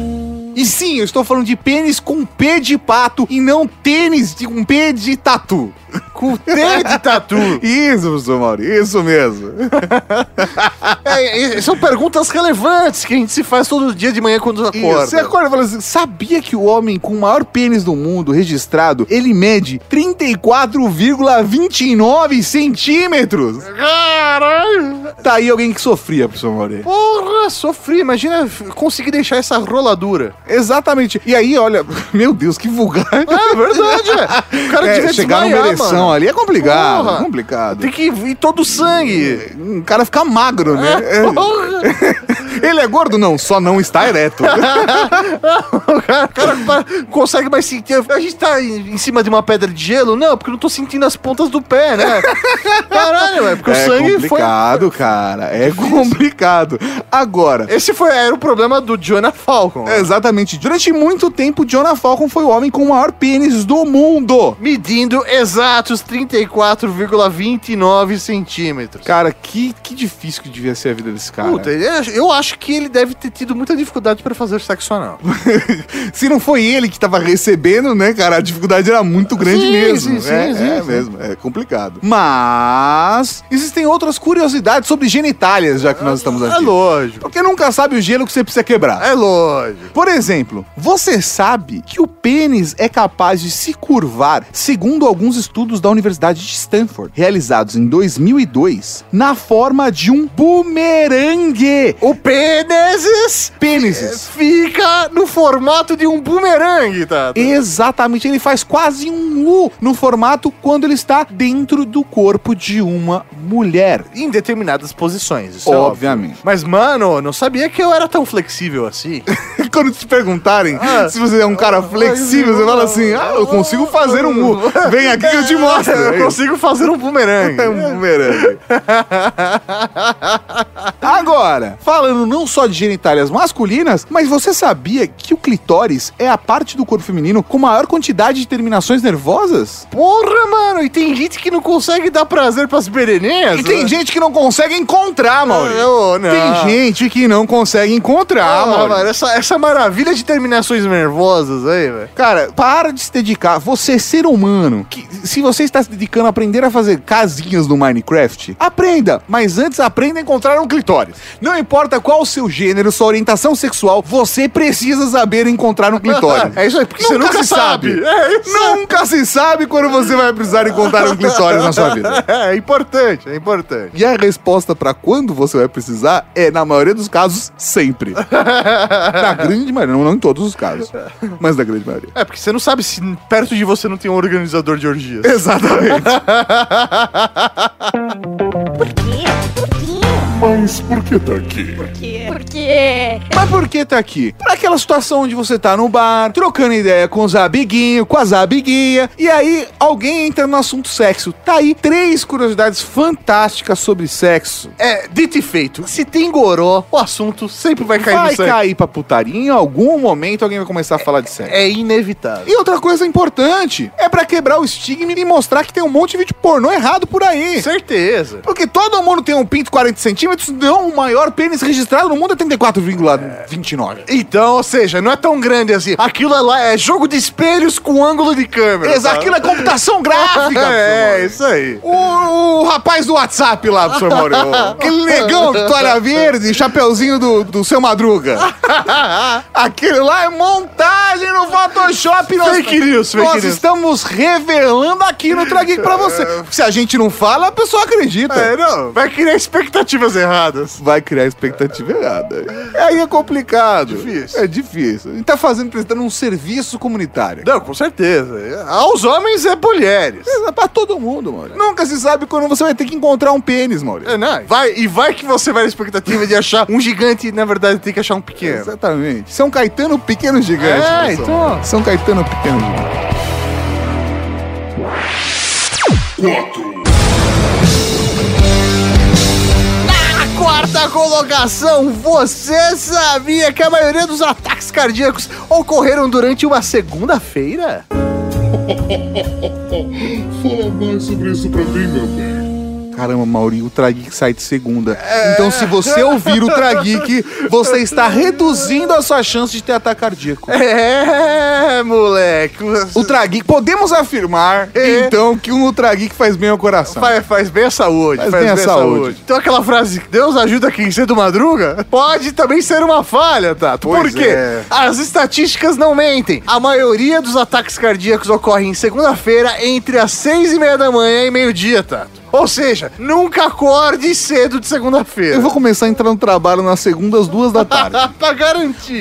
E sim, eu estou falando de pênis com P de pato e não tênis de um P de tatu. Com T de tatu. Isso, professor Mauro, isso mesmo.
É, e- são perguntas relevantes que a gente se faz todo dia de manhã quando acorda.
Isso, Você acorda e fala assim, sabia que o homem com o maior pênis do mundo registrado, ele mede 34,29 centímetros?
Caralho!
Tá aí alguém que sofria, professor Mauro.
Porra, sofri. Imagina f- conseguir deixar essa roladura.
Exatamente. E aí, olha, meu Deus, que vulgar.
É verdade, é. O cara
É,
devia
chegar numa
desmaiar,
ereção
mano.
ali é complicado,
Porra.
complicado.
Tem que ir todo sangue.
Um cara fica magro, né? É.
Porra!
Ele é gordo? Não, só não
É,
está ereto.
O cara, o cara tá- consegue mais sentir. A gente tá em, em cima de uma pedra de gelo? Não, porque eu não tô sentindo as pontas do pé, né? Caralho, velho, porque
é
o sangue
complicado, cara. É complicado. Agora,
foi. Esse foi, era o problema do Jonah Falcon.
exatamente. Durante muito tempo, Jonah Falcon foi o homem com o maior pênis do mundo.
Medindo exatos 34,29 centímetros.
Cara, que, que difícil que devia ser a vida desse cara.
Puta, ele é- eu acho que ele deve ter tido muita dificuldade pra fazer sexo anal.
Se não foi ele que tava recebendo, né, cara? A dificuldade era muito grande
Sim,
mesmo.
sim, sim,
é,
sim,
é
sim.
mesmo, é complicado. Mas existem outras curiosidades sobre genitálias, já que nós estamos
É
aqui.
lógico.
Porque nunca sabe o gelo que você precisa quebrar.
É lógico.
Por exemplo, você sabe que o pênis é capaz de se curvar, segundo alguns estudos da Universidade de Stanford, realizados em 2002, na forma de um bumerangue.
O pênis
Pênises.
fica no formato de um bumerangue, tá?
Exatamente, ele faz quase um U no formato quando ele está dentro do corpo de uma mulher.
Em determinadas posições, isso é óbvio.
Obviamente.
Mas, mano, não sabia que eu era tão flexível assim.
Quando te perguntarem
Ah.
se você é um cara flexível, você fala assim: ah, eu consigo fazer um U. Vem aqui que eu te mostro.
eu consigo fazer um bumerangue.
É um bumerangue. Agora, falando não só de genitálias masculinas, mas você sabia que o clitóris é a parte do corpo feminino com maior quantidade de terminações nervosas?
Porra, mano, e tem gente que não consegue dar prazer pras bereninhas? Ah,
E tem gente que não consegue encontrar, Maurício.
Eu, não.
Tem gente que não consegue encontrar,
Ah,
Maurício.
mano, essa, essa maravilha de terminações nervosas aí, velho.
Cara, para de se dedicar. Você, ser humano, que se você está se dedicando a aprender a fazer casinhas no Minecraft, aprenda. Mas antes, aprenda a encontrar um clitóris. Não importa qual o seu gênero, sua orientação sexual, você precisa saber encontrar um clitóris.
É isso aí, porque você nunca
se sabe.
sabe. É isso.
Nunca se sabe quando você vai precisar encontrar um clitóris na sua vida.
É, é importante, é importante.
E a resposta pra quando você vai precisar é, na maioria dos casos, sempre. na grande maioria, não, não em todos os casos, mas na grande maioria.
É, porque você não sabe se perto de você não tem um organizador de orgias.
Exatamente.
Mas
Por quê? Por quê?
por que tá aqui?
Por quê?
Mas por que tá aqui? Pra aquela situação onde você tá no bar, trocando ideia com os amiguinhos, com as amiguinhas, e aí alguém entra no assunto sexo. Tá aí três curiosidades fantásticas sobre sexo.
É, dito e feito, se tem goró, o assunto sempre vai cair
Vai
no sangue.
cair pra putaria, em algum momento alguém vai começar a falar de sexo.
É inevitável.
E outra coisa importante, é pra quebrar o estigma e mostrar que tem um monte de vídeo pornô errado por aí.
Certeza.
Porque todo mundo tem um pinto 40 centímetros, não. O maior pênis registrado no mundo é 34,29.
Então, ou seja, não é tão grande assim. Aquilo é lá é jogo de espelhos com ângulo de câmera. tá?
Exa-
sabe?
Aquilo é computação gráfica,
é,
é,
isso aí.
o, o rapaz do WhatsApp lá, professor Moro. Aquele negão de toalha verde, chapeuzinho do, do seu Madruga. Aquele lá é montagem no Photoshop. Nós,
Fake news, fake
Nós
news.
estamos revelando aqui no Trageek pra você. Se a gente não fala, a pessoa acredita.
É, não. Vai criar expectativas erradas.
Vai criar expectativa errada. Aí é complicado.
Difícil.
É difícil. A gente tá fazendo, prestando um serviço comunitário.
Não, com certeza. Aos homens é mulheres.
É pra todo mundo, Maurício. Nunca se sabe quando você vai ter que encontrar um pênis, Maurício.
É, não. Vai, e vai que você vai na expectativa de achar um gigante e, na verdade, tem que achar um pequeno.
Exatamente. São Caetano pequeno gigante.
É,
pessoal.
então.
São Caetano pequeno gigante.
4.
Na quarta colocação, você sabia que a maioria dos ataques cardíacos ocorreram durante uma segunda-feira?
Fala mais sobre isso pra mim, meu bem.
Caramba, Mauri, o Trageek sai de segunda.
É.
Então, se você ouvir o Trageek, você está reduzindo a sua chance de ter ataque cardíaco.
É, moleque.
O Trageek, podemos afirmar,
É.
então, que um Trageek faz bem ao coração.
Faz, faz bem a saúde.
Faz bem à saúde.
Então aquela frase, Deus ajuda quem cedo madruga, pode também ser uma falha, Tato.
Pois
Por quê?
é.
As estatísticas não mentem. A maioria dos ataques cardíacos ocorrem segunda-feira entre as seis e meia da manhã e meio-dia, Tato. Ou seja, nunca acorde cedo de segunda-feira.
Eu vou começar a entrar no trabalho na segunda às duas da tarde.
pra garantir.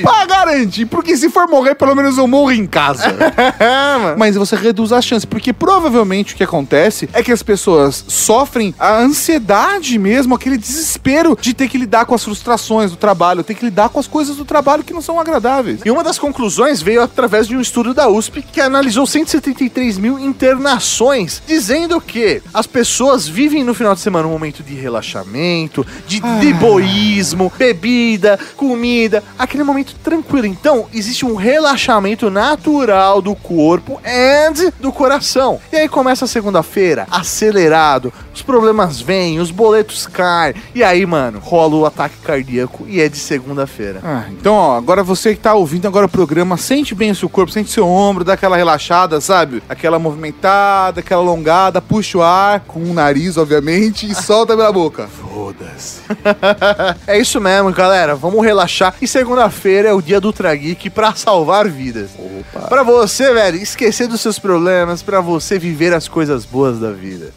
pra garantir, porque se for morrer, pelo menos eu morro em casa.
É, mano.
mas você reduz a chance, porque provavelmente o que acontece é que as pessoas sofrem a ansiedade mesmo, aquele desespero de ter que lidar com as frustrações do trabalho, ter que lidar com as coisas do trabalho que não são agradáveis.
Né? E uma das conclusões veio através de um estudo da USP que analisou 173 mil internações, dizendo que as pessoas vivem no final de semana um momento de relaxamento, de deboísmo, bebida, comida, aquele momento tranquilo. Então, existe um relaxamento natural do corpo e do coração. E aí começa a segunda-feira, acelerado, os problemas vêm, os boletos caem, e aí, mano, rola o ataque cardíaco e é de segunda-feira.
Ah, então, ó, agora você que tá ouvindo agora o programa, sente bem o seu corpo, sente seu ombro, dá aquela relaxada, sabe? Aquela movimentada, aquela alongada, puxa o ar com o nariz, obviamente, e solta pela boca. Foda-se.
É isso mesmo, galera. Vamos relaxar. E segunda-feira é o dia do Trageek pra salvar vidas. Opa. Pra você, velho, esquecer dos seus problemas, pra você viver as coisas boas da vida.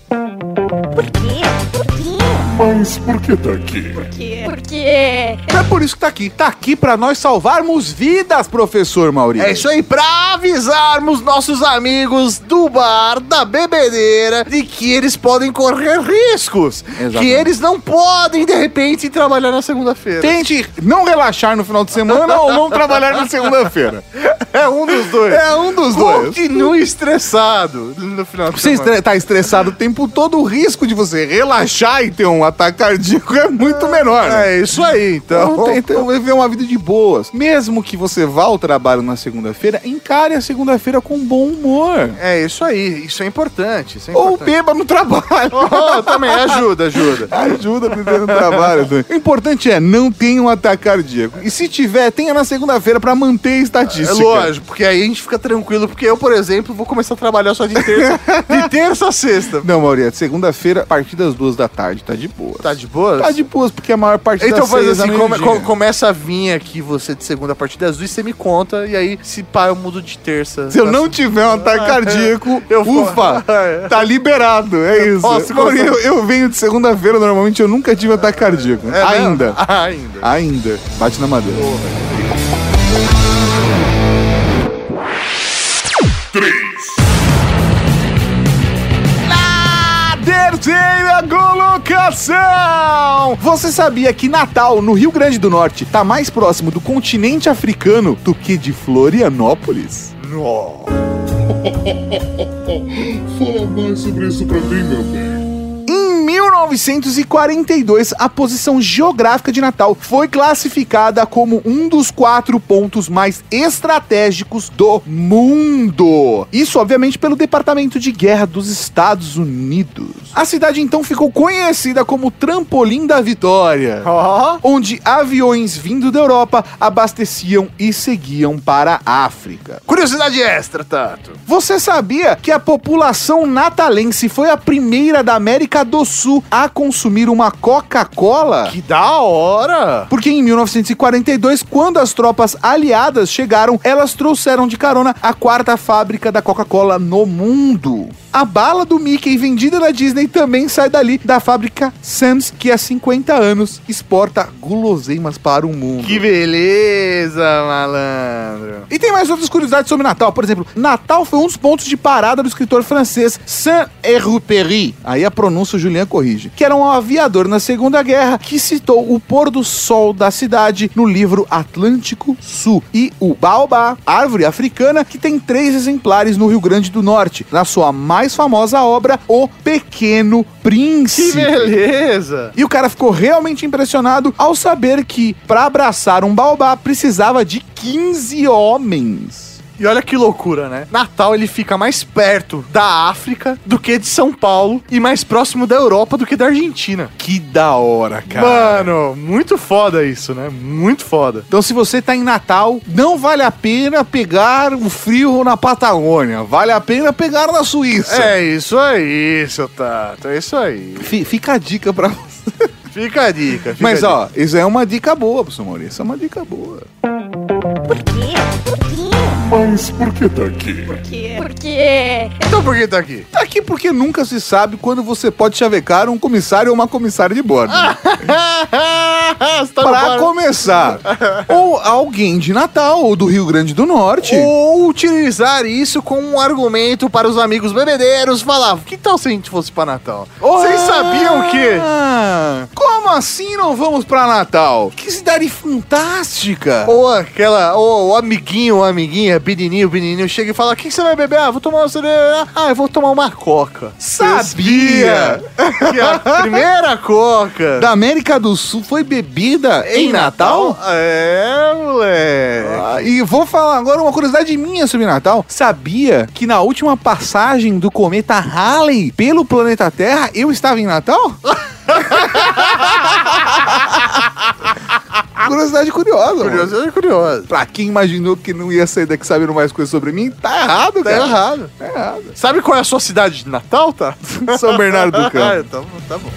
Mas por que tá aqui?
Por quê?
É por isso que tá aqui. Tá aqui pra nós salvarmos vidas, professor Maurício.
É isso aí, pra avisarmos nossos amigos do bar, da bebedeira, de que eles podem correr riscos.
Exatamente.
Que eles não podem, de repente, trabalhar na segunda-feira.
Tente não relaxar no final de semana ou não trabalhar na segunda-feira.
É um dos dois.
É um dos dois.
Continue estressado no final de
Você
semana.
estre tá estressado o tempo todo, o risco de você relaxar e ter um ataque cardíaco é muito menor. né?
É isso aí, então.
Então, tenta viver uma vida de boas. Mesmo que você vá ao trabalho na segunda-feira, encare a segunda-feira com bom humor.
É isso aí, isso é importante. Isso é
Ou
importante.
beba no trabalho.
Oh, também ajuda, ajuda.
Ajuda a viver no trabalho. Antônio. O importante é, não tenha um ataque cardíaco. E se tiver, tenha na segunda-feira pra manter a
É
estatística.
lógico, porque aí a gente fica tranquilo, porque eu, por exemplo, vou começar a trabalhar só de terça, de terça a sexta.
Não, Maurício, segunda-feira, a partir das duas da tarde, tá de boa.
Tá de boa?
Tá de boas, porque a maior parte
Então
das
faz
seis
assim,
ao
come-
meio-dia.
co- começa a vir aqui você de segunda a partir das duas, você me conta, e aí se pá, eu mudo de terça. tá?
Se eu não tiver um ataque cardíaco,
Ah, Eu vou.
ufa, tá liberado, é isso.
posso
Maurício, eu, eu venho de segunda-feira, normalmente eu nunca tive ataque cardíaco.
É mesmo?
Ainda.
Ainda.
Ainda. Bate na madeira. Na Terceira colocação! é Você sabia que Natal, no Rio Grande do Norte, tá mais próximo do continente africano do que de Florianópolis?
Nó.
Fala mais sobre isso pra mim, meu bem.
Em 1942, a posição geográfica de Natal foi classificada como um dos quatro pontos mais estratégicos do mundo. Isso, obviamente, pelo Departamento de Guerra dos Estados Unidos. A cidade então ficou conhecida como Trampolim da Vitória
Ó.
onde aviões vindo da Europa abasteciam e seguiam para a África.
Curiosidade extra, Tato.
Você sabia que a população natalense foi a primeira da América do Sul a consumir uma Coca-Cola?
Que da hora!
Porque em 1942, quando as tropas aliadas chegaram, elas trouxeram de carona a quarta fábrica da Coca-Cola no mundo. A bala do Mickey vendida na Disney também sai dali da fábrica Sam's, que há 50 anos exporta guloseimas para o mundo.
Que beleza, malandro.
E tem mais outras curiosidades sobre Natal. Por exemplo, Natal foi um dos pontos de parada do escritor francês Saint-Exupéry. Aí a pronúncia o Julian corrige. Que era um aviador na Segunda Guerra que citou o pôr do sol da cidade no livro Atlântico Sul. E o baobá, árvore africana que tem três exemplares no Rio Grande do Norte. Na sua mais famosa obra, O Pequeno
Que
Príncipe.
beleza!
E o cara ficou realmente impressionado ao saber que, pra abraçar um baobá, precisava de 15 homens.
E olha que loucura, né? Natal ele fica mais perto da África do que de São Paulo e mais próximo da Europa do que da Argentina.
Que da hora, cara.
Mano, muito foda isso, né? Muito foda.
Então, se você tá em Natal, não vale a pena pegar o frio na Patagônia. Vale a pena pegar na Suíça.
É isso aí, seu Tato. É isso aí.
Fi- Fica a dica pra você.
Fica a dica. fica
Mas,
a
ó, isso é uma dica boa, professor Maurício. Isso é uma dica boa.
Mas por que tá aqui?
Porque.
dica. Então por que tá aqui?
Tá aqui porque nunca se sabe quando você pode chavecar um comissário ou uma comissária de bordo. né?
Você tá no
Pra
bar-
começar. ou alguém de Natal, ou do Rio Grande do Norte.
Ou utilizar isso como um argumento para os amigos bebedeiros. Falar, que tal se a gente fosse pra Natal? Vocês sabiam que...
que? Ah! Como assim não vamos pra Natal? Que cidade fantástica!
Ou aquela, ou o amiguinho, ou amiguinha, pequenininho, pequenininho, chega e fala, o que, que você vai beber? Ah, vou tomar uma cerveja. Ah, eu vou tomar uma coca.
Sabia!
que é a primeira coca
Da América do Sul foi bebida em Natal?
É, moleque.
Ah, e vou falar agora uma curiosidade minha sobre Natal. Sabia que na última passagem do cometa Halley pelo planeta Terra eu estava em Natal? curiosidade curiosa. mano.
Curioso, é curioso.
Pra quem imaginou que não ia sair daqui sabendo mais coisas sobre mim, tá errado,
Tá
cara.
errado.
Tá errado.
Sabe qual é a sua cidade de Natal, tá?
São Bernardo do Campo.
tá bom, tá bom.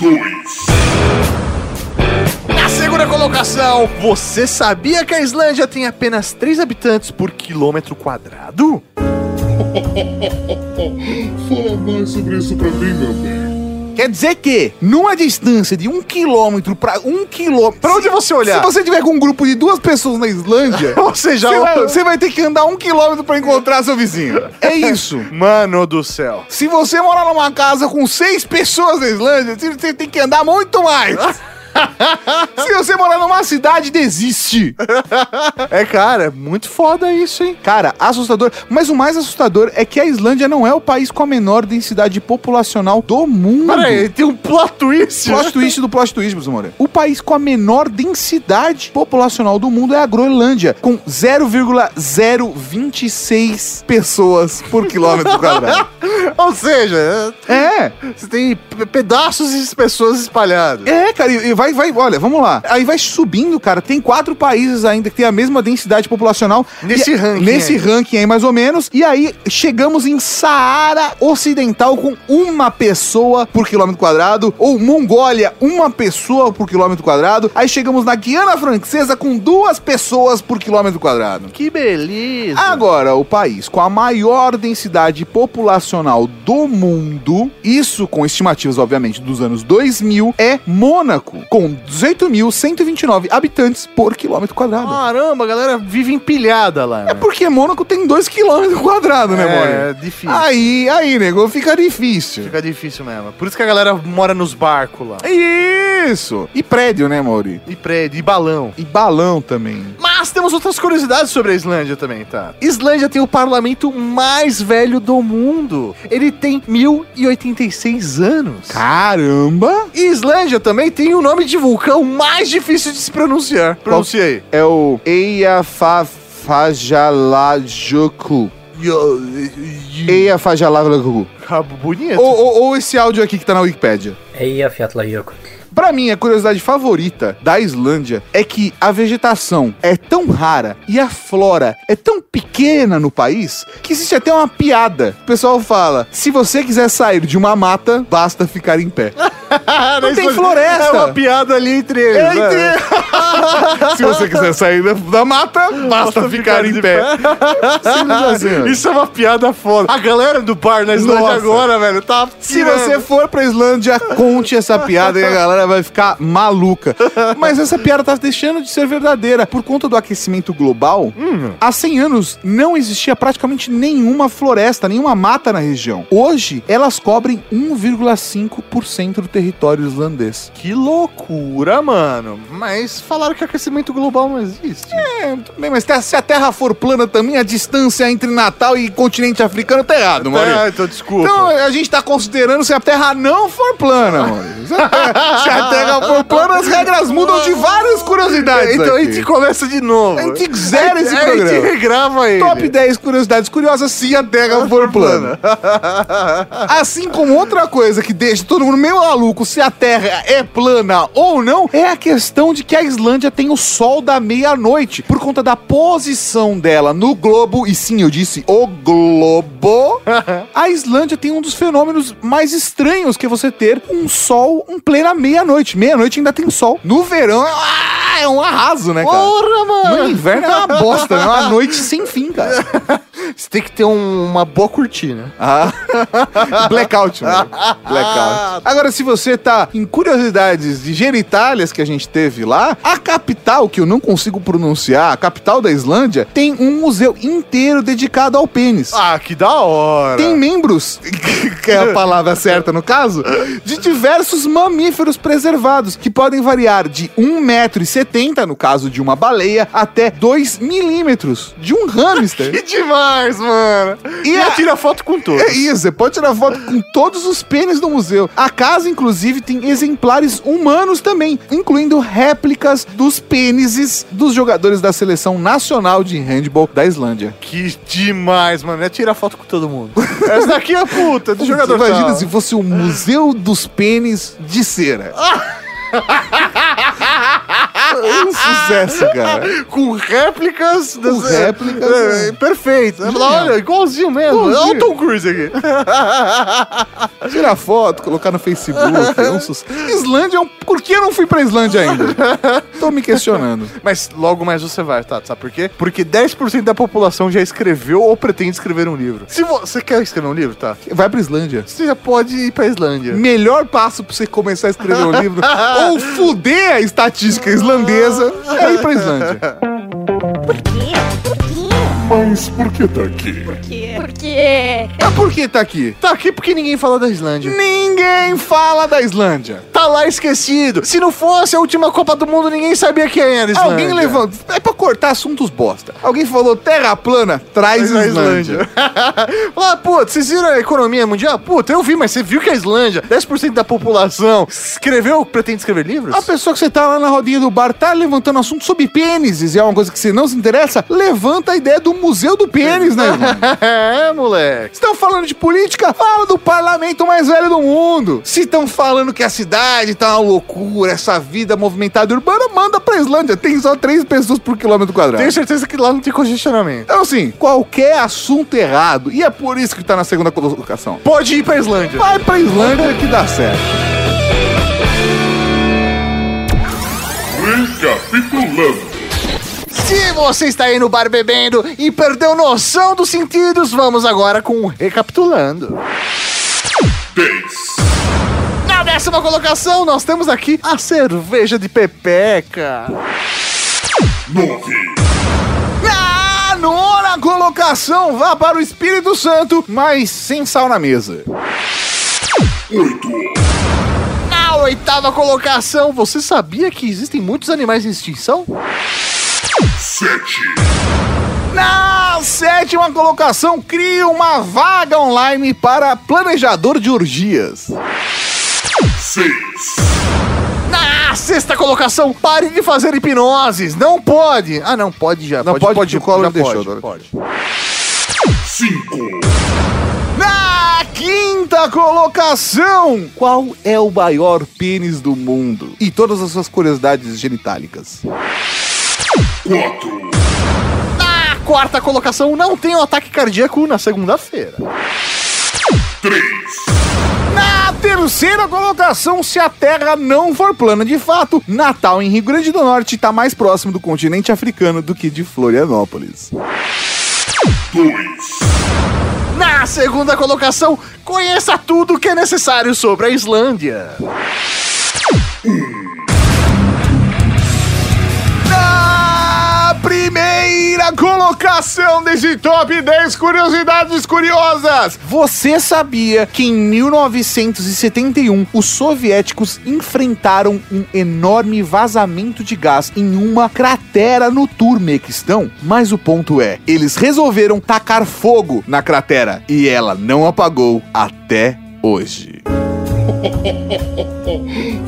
2.
Na segunda colocação, você sabia que a Islândia tem apenas 3 habitantes por quilômetro quadrado?
Fala mais sobre isso pra mim, meu bem.
Quer dizer que, numa distância de um quilômetro pra um quilômetro...
Pra onde você olhar?
Se você tiver com um grupo de duas pessoas na Islândia,
Você já...
você, vai, você vai ter que andar um quilômetro pra encontrar seu vizinho. É isso.
Mano do céu.
Se você morar numa casa com seis pessoas na Islândia, você- você tem que andar muito mais. Se você morar numa cidade, desiste.
É, cara, é muito foda isso, hein?
Cara, assustador. Mas o mais assustador é que a Islândia não é o país com a menor densidade populacional do mundo.
Pera aí, tem um plot twist.
Plot twist do plot twist, professor Moreira. O país com a menor densidade populacional do mundo é a Groenlândia, com 0,026 pessoas por quilômetro quadrado.
Ou seja,
É,
você tem pe- pedaços de pessoas espalhadas.
é, cara, e e vai, vai, olha, vamos lá. Aí vai subindo, cara, tem quatro países ainda que tem a mesma densidade populacional.
Nesse
E- é
ranking
Nesse
aí.
ranking aí, mais ou menos. E aí chegamos em Saara Ocidental com uma pessoa por quilômetro quadrado, ou Mongólia, uma pessoa por quilômetro quadrado. Aí chegamos na Guiana Francesa com duas pessoas por quilômetro quadrado.
Que beleza.
Agora, o país com a maior densidade populacional do mundo, isso com estimativas, obviamente, dos anos 2000, é Mônaco, com 18.129 habitantes por quilômetro
Ah.
quadrado.
Caramba, a galera vive empilhada lá. né?
É porque Mônaco tem 2 quilômetros quadrados, né,
É,
Mônaco?
difícil.
Aí, aí, nego, fica difícil.
Fica difícil mesmo. Por isso que a galera mora nos barcos lá.
Isso! E prédio, né, Mauri?
E prédio, e balão.
E balão também.
Mas Mas temos outras curiosidades sobre a Islândia também, tá? Islândia tem o parlamento mais velho do mundo. Ele tem 1086 anos.
Caramba!
E Islândia também tem o nome de vulcão mais difícil de se pronunciar. Pronuncia aí.
É o Eyjafajalajökull. Eyjafajalajökull.
Cabo bonito.
Ou, ou, ou esse áudio aqui que tá na Wikipédia.
Heia Fjallajökull.
Pra mim, a curiosidade favorita da Islândia é que a vegetação é tão rara e a flora é tão pequena no país que existe até uma piada. O pessoal fala: se você quiser sair de uma mata, basta ficar em pé.
não
tem floresta.
É uma piada ali entre eles.
É,
né?
entre- se você quiser sair da, da mata, basta ficar, em
de
pé. Simples assim, ó.
Isso é uma piada foda. A galera do bar na Islândia
Nossa.
agora, velho, tá.
Se você for pra Islândia, conte essa piada e a galera vai ficar maluca. Mas essa piada tá deixando de ser verdadeira. Por conta do aquecimento global, há 100 anos não existia praticamente nenhuma floresta, nenhuma mata na região. Hoje, elas cobrem 1,5% do território islandês.
Que loucura, mano. Mas falaram que aquecimento global não existe.
É, tudo bem, mas se a terra for plana também, a distância entre Natal e continente africano tá errado, Maurício.
Ah, então desculpa.
Então a gente tá considerando se a Terra não for plana, mano. Se a Terra, se a terra for plana, as regras mudam de várias curiosidades. aqui.
então a gente começa de novo.
A gente zera esse
a gente
programa.
regrava ele. Né,
Top 10 curiosidades curiosas se a Terra for plana. Assim como outra coisa que deixa todo mundo meio maluco se a Terra é plana ou não, é a questão de que a Islândia tem o sol da meia-noite. Por conta da posição dela no globo, e sim, eu disse o globo, a Islândia tem um dos fenômenos mais estranhos que é você ter um sol em plena meia-noite. Meia-noite ainda tem sol. No verão, é- ah, é um arraso, né, cara?
Porra, mano.
No inverno é uma bosta, né? É uma noite sem fim, cara.
Você tem que ter um- uma boa cortina.
Ah. Blackout, mano. Blackout. Ah. Agora, se você tá em curiosidades de genitálias que a gente teve lá, a capital, que eu não consigo pronunciar, a capital da Islândia, tem um museu inteiro dedicado ao pênis.
Ah, que da hora.
Tem membros, que é a palavra certa no caso, de diversos mamíferos preservados, que podem variar de 1,70m, no caso de uma baleia, até 2 milímetros de um hamster.
Que demais, mano.
E
E,
a-
eu tiro a foto com todos.
É isso, você pode tirar foto com todos os pênis do museu. A casa, inclusive, tem exemplares humanos também, incluindo réplicas dos pênises dos jogadores da seleção nacional de handball da Islândia.
Que demais, mano. É tirar foto com todo mundo. Essa daqui é puta do jogador.
Imagina
tal.
se fosse o Museu dos Pênis de Cera. É um sucesso, cara.
Com réplicas.
Com réplicas,
É,
é.
perfeito.
Genial.
Olha, igualzinho mesmo.
Igualzinho.
Olha o Tom Cruise aqui.
Tirar foto, colocar no Facebook. É um sucesso. Islândia é um... Por que eu não fui pra Islândia ainda? Tô me questionando.
Mas logo mais você vai, tá? Sabe por quê? Porque 10% da população já escreveu ou pretende escrever um livro. Se você quer escrever um livro, tá?
Vai pra Islândia.
Você já pode ir pra Islândia.
melhor passo pra você começar a escrever um livro ou fuder a estatística islandesa é ir pra Islândia.
Mas por que tá aqui?
Por quê?
Mas por que tá aqui?
Tá aqui porque ninguém fala da Islândia.
Ninguém fala da Islândia.
Tá lá esquecido. Se não fosse a última Copa do Mundo, ninguém sabia quem era a Islândia.
Alguém levantou. É pra cortar assuntos bosta. Alguém falou terra plana, traz
Mas é a
Islândia.
Islândia. ah, putz, vocês viram a economia mundial? Puta, eu vi, mas você viu que a Islândia, 10% da população, escreveu, pretende escrever livros?
A pessoa que você tá lá na rodinha do bar tá levantando assunto sobre pênis e é uma coisa que você não se interessa, levanta a ideia do Museu do Pênis, né, irmão?
é, moleque.
Estão falando de política? Fala do parlamento mais velho do mundo. Se estão falando que a cidade tá uma loucura, essa vida movimentada urbana, manda pra Islândia. Tem só três pessoas por quilômetro quadrado.
Tenho certeza que lá não tem congestionamento.
Então, assim, qualquer assunto errado, e é por isso que tá na segunda colocação.
Pode ir pra Islândia.
Vai pra Islândia que dá certo.
Recapitulando.
Se você está aí no bar bebendo e perdeu noção dos sentidos, vamos agora com um Recapitulando.
10,
Na décima colocação, nós temos aqui a cerveja de pepeca.
9,
Na nona colocação, vá para o Espírito Santo, mas sem sal na mesa.
8,
Na oitava colocação, você sabia que existem muitos animais em extinção?
sete.
Na sétima colocação, cria uma vaga online para planejador de orgias.
seis,
Na sexta colocação, pare de fazer hipnoses. Não pode. Ah, não, pode já.
Não, pode, pode,
o Collor
já
deixou. né?
pode,
pode.
cinco,
Na quinta colocação, qual é o maior pênis do mundo? E todas as suas curiosidades genitálicas.
quatro,
Na quarta colocação, não tem o ataque cardíaco na segunda-feira.
três,
Na terceira colocação, se a Terra não for plana de fato, Natal em Rio Grande do Norte está mais próximo do continente africano do que de Florianópolis.
dois,
Na segunda colocação, conheça tudo o que é necessário sobre a Islândia.
Na primeira colocação desse top 10 curiosidades curiosas, você sabia que em 1971 os soviéticos enfrentaram um enorme vazamento de gás em uma cratera no Turmequistão? Mas o ponto é, eles resolveram tacar fogo na cratera e ela não apagou até hoje.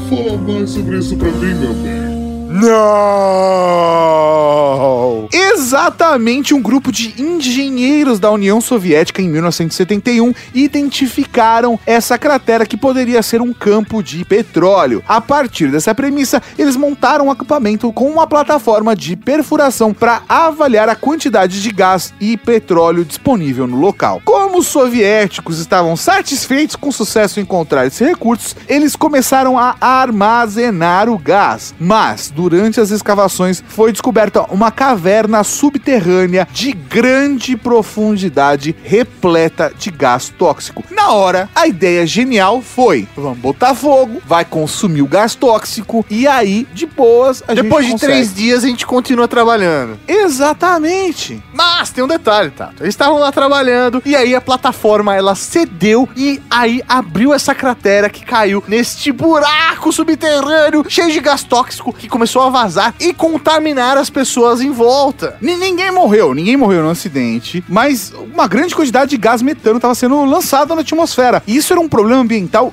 Fala mais sobre isso pra mim, meu bem.
Não! Exatamente um grupo de engenheiros da União Soviética em 1971 identificaram essa cratera que poderia ser um campo de petróleo. A partir dessa premissa, eles montaram um acampamento com uma plataforma de perfuração para avaliar a quantidade de gás e petróleo disponível no local. Como os soviéticos estavam satisfeitos com o sucesso em encontrar esses recursos, eles começaram a armazenar o gás. Mas, durante as escavações, foi descoberta uma caverna subterrânea de grande profundidade, repleta de gás tóxico. Na hora, a ideia genial foi: vamos botar fogo, vai consumir o gás tóxico, e aí, de boas, a
Depois
gente
de
consegue.
três dias, a gente continua trabalhando.
Exatamente.
Mas tem um detalhe, tá? Eles estavam lá trabalhando e aí a plataforma ela cedeu e aí abriu essa cratera que caiu neste buraco subterrâneo cheio de gás tóxico que começou a vazar e contaminar as pessoas em volta.
Ni- Ninguém morreu, ninguém morreu no acidente, mas uma grande quantidade de gás metano estava sendo lançada na atmosfera. E isso era um problema ambiental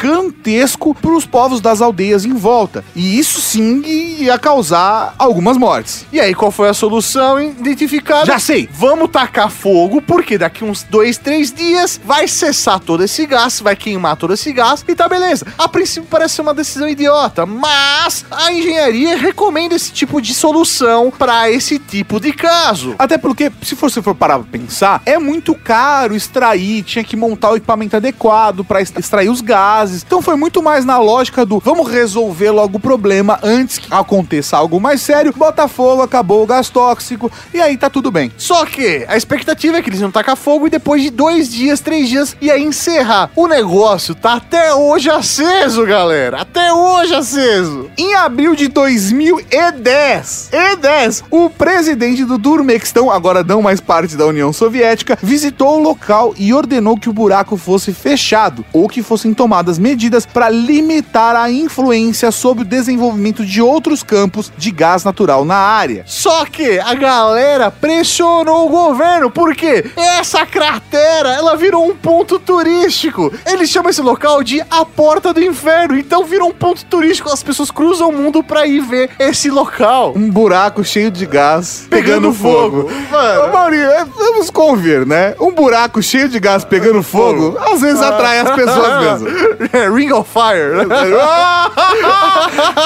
gigantesco para os povos das aldeias em volta. E isso sim ia causar algumas mortes.
E aí qual foi a solução identificada?
Já sei.
Vamos tacar fogo porque daqui uns dois, três dias vai cessar todo esse gás, vai queimar todo esse gás e tá beleza. A princípio parece ser uma decisão idiota, mas a engenharia recomenda esse tipo de solução pra esse tipo de caso.
Até porque, se você for parar pra pensar, é muito caro extrair, tinha que montar o equipamento adequado para extrair os gases. Então foi muito mais na lógica do vamos resolver logo o problema antes que aconteça algo mais sério. Botafogo, acabou o gás tóxico e aí tá tudo bem.
Só que a expectativa é que eles iam tacar fogo e depois de dois dias, três dias, ia encerrar. O negócio tá até hoje aceso, galera. Até hoje aceso.
Em abril de 2010, E10, o presidente do Turmequistão, agora não mais parte da União Soviética, visitou o local e ordenou que o buraco fosse fechado ou que fossem tomadas medidas para limitar a influência sobre o desenvolvimento de outros campos de gás natural na área.
Só que a galera pressionou o governo, porque essa cratera, ela virou um ponto turístico. Eles chamam esse local de a porta do inferno, então virou um ponto turístico. As pessoas cruzam o mundo pra ir ver esse local.
Um buraco cheio de gás
Pegando fogo. Mano.
Ô, Mauri, é, vamos convir, né? Um buraco cheio de gás pegando fogo, às vezes atrai as pessoas mesmo.
É, Ring of Fire. né?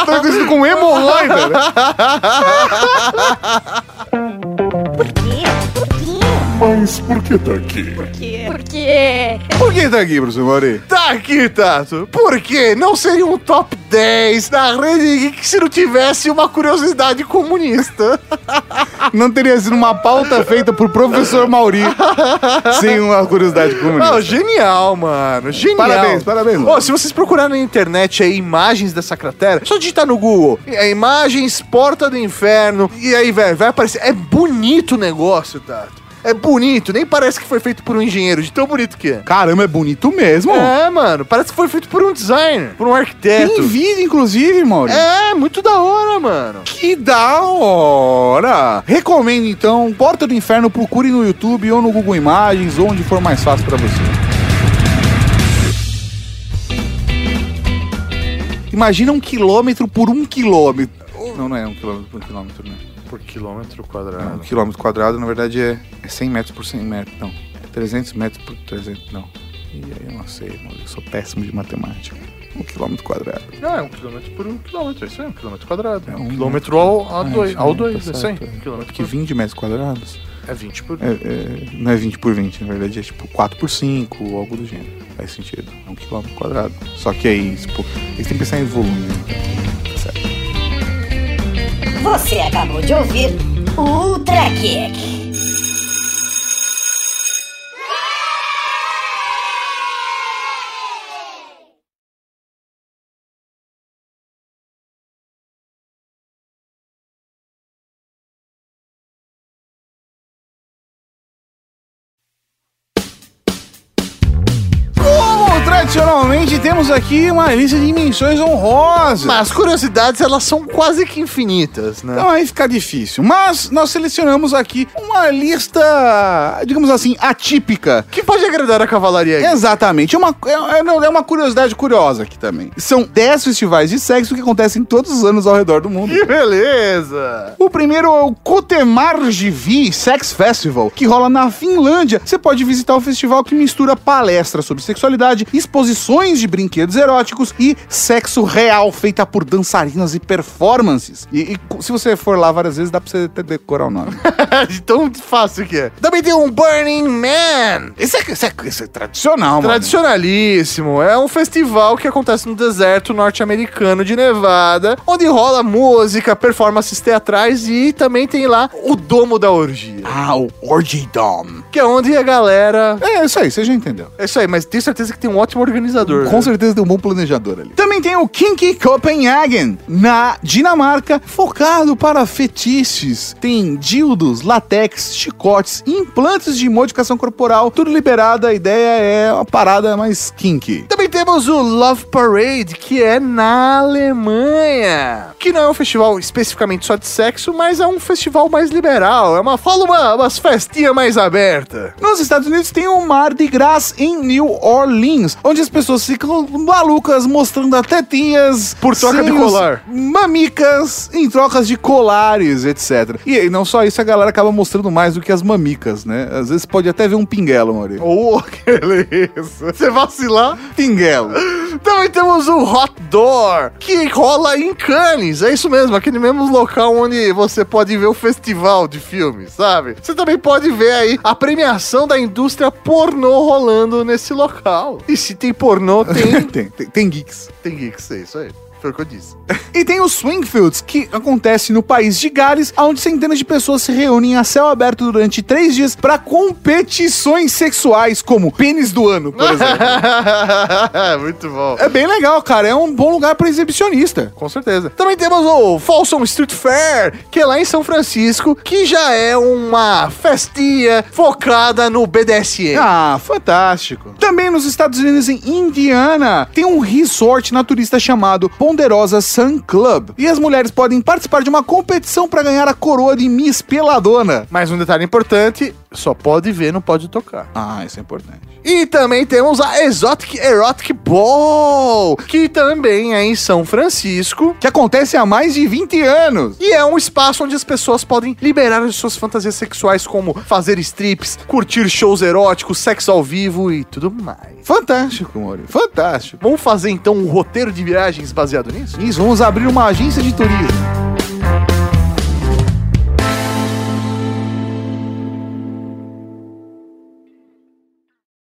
Tô conhecido como hemorroida, né?
Mas por que tá aqui?
Por quê?
Por que tá aqui, professor Mauri?
Tá aqui, Tato. Por que não seria um top 10 da Rede Geek se não tivesse uma curiosidade comunista?
Não teria sido uma pauta feita por professor Mauri sem uma curiosidade
Ah,
comunista.
genial, mano. Genial.
Parabéns, parabéns, mano.
Ó, se vocês procurarem na internet aí imagens dessa cratera, só digitar no Google. É, imagens, porta do inferno. E aí, velho, vai aparecer. É bonito o negócio, Tato. É bonito, nem parece que foi feito por um engenheiro, de tão bonito que é.
Caramba, é bonito mesmo.
É, mano, parece que foi feito por um designer, por um arquiteto.
Tem vídeo, inclusive, Mauro.
É, muito da hora, mano.
Que da hora! Recomendo então, Porta do Inferno, procure no YouTube ou no Google Imagens, ou onde for mais fácil pra você. Imagina um quilômetro por um quilômetro. Não, não é um quilômetro por um quilômetro, né?
Por quilômetro
Um
quadrado.
quilômetro quadrado, na verdade, é, é 100 metros por 100 metros, não. É 300 metros por 300, não. E aí, eu não sei, Mauro, eu sou péssimo de matemática. Um quilômetro quadrado.
Não, é um quilômetro por um quilômetro, é isso aí, um quilômetro quadrado.
É
É
um-
um quilômetro ao, ao
Ah,
dois,
isso
ao
não,
dois,
tá
é 100.
certo.
Quilômetro
Que
por
20 metros quadrados?
É 20 por...
É, é, não é 20 por 20, na verdade é tipo 4 por 5 ou algo do gênero. Faz sentido. É um quilômetro quadrado. Só que aí, tipo, eles têm que pensar em volume. né? Certo.
Você acabou de ouvir o Ultra Kick.
Como tradicionalmente temos aqui uma lista de menções honrosas.
Mas as curiosidades, elas são quase que infinitas, né?
Então aí fica difícil. Mas nós selecionamos aqui uma lista, digamos assim, atípica.
que pode agradar a cavalaria aí?
Exatamente. É uma, é, é- não, é uma curiosidade curiosa aqui também. São 10 festivais de sexo que acontecem todos os anos ao redor do mundo.
Que beleza!
O primeiro é o Kotemarjivi Sex Festival, que rola na Finlândia. Você pode visitar o festival que mistura palestras sobre sexualidade, exposições de brinquedos eróticos e sexo real feita por dançarinas e performances. E, e se você for lá várias vezes, dá pra você até decorar o nome.
De tão fácil que é. Também tem um Burning Man.
Esse é, esse é, esse é tradicional, mano.
Tradicionalíssimo, é um festival que acontece no deserto norte-americano de Nevada, onde rola música, performances teatrais e também tem lá o Domo da Orgia,
Ah, o Orgy Dom.
que é onde a galera.
É, isso aí, você já entendeu.
É isso aí, mas tenho certeza que tem um ótimo organizador. né?
Com certeza tem um bom planejador ali. Também tem o Kinky Copenhagen, na Dinamarca, focado para fetiches. Tem dildos, latex, chicotes, implantes de modificação corporal, tudo liberado. A ideia é uma parada mais kinky.
Também temos o Love Parade, que é na Alemanha. Que não é um festival especificamente só de sexo, mas é um festival mais liberal. É uma, fala uma, umas festinhas mais abertas.
Nos Estados Unidos tem o Mar de Gras em New Orleans, onde as pessoas ficam malucas mostrando até tetinhas,
Por troca de
seios,
colar.
mamicas em trocas de colares, etc. E, e não só isso, a galera acaba mostrando mais do que as mamicas, né? Às vezes pode até ver um pinguelo, Mauri.
Oh, que beleza. Você vacilar?
Pinguelo.
Também temos o Hot Door, que rola em Cannes. É isso mesmo, aquele mesmo local onde você pode ver o festival de filmes, sabe? Você também pode ver aí a premiação da indústria pornô rolando nesse local. E se tem pornô, tem,
tem, tem, tem geeks.
tem geeks, é isso aí. Foi o que eu disse.
E tem os Swingfields, que acontece no país de Gales, onde centenas de pessoas se reúnem a céu aberto durante três dias para competições sexuais, como pênis do ano, por exemplo.
Muito bom.
É bem legal, cara. É um bom lugar pra exibicionista.
Com certeza. Também temos o Folsom Street Fair, que é lá em São Francisco, que já é uma festinha focada no BDSM.
Ah, fantástico. Também nos Estados Unidos, em Indiana, tem um resort naturista chamado Ponderosa Sun Club. E as mulheres podem participar de uma competição pra ganhar a coroa de Miss Peladona.
Mas um detalhe importante, só pode ver, não pode tocar.
Ah, isso é importante.
E também temos a Exotic Erotic Ball, que também é em São Francisco.
Que acontece há mais de 20 anos.
E é um espaço onde as pessoas podem liberar as suas fantasias sexuais, como fazer strips, curtir shows eróticos, sexo ao vivo e tudo mais.
Fantástico, Mori. Fantástico.
Vamos fazer então um roteiro de viagens baseado nisso?
Isso, vamos abrir uma agência de turismo.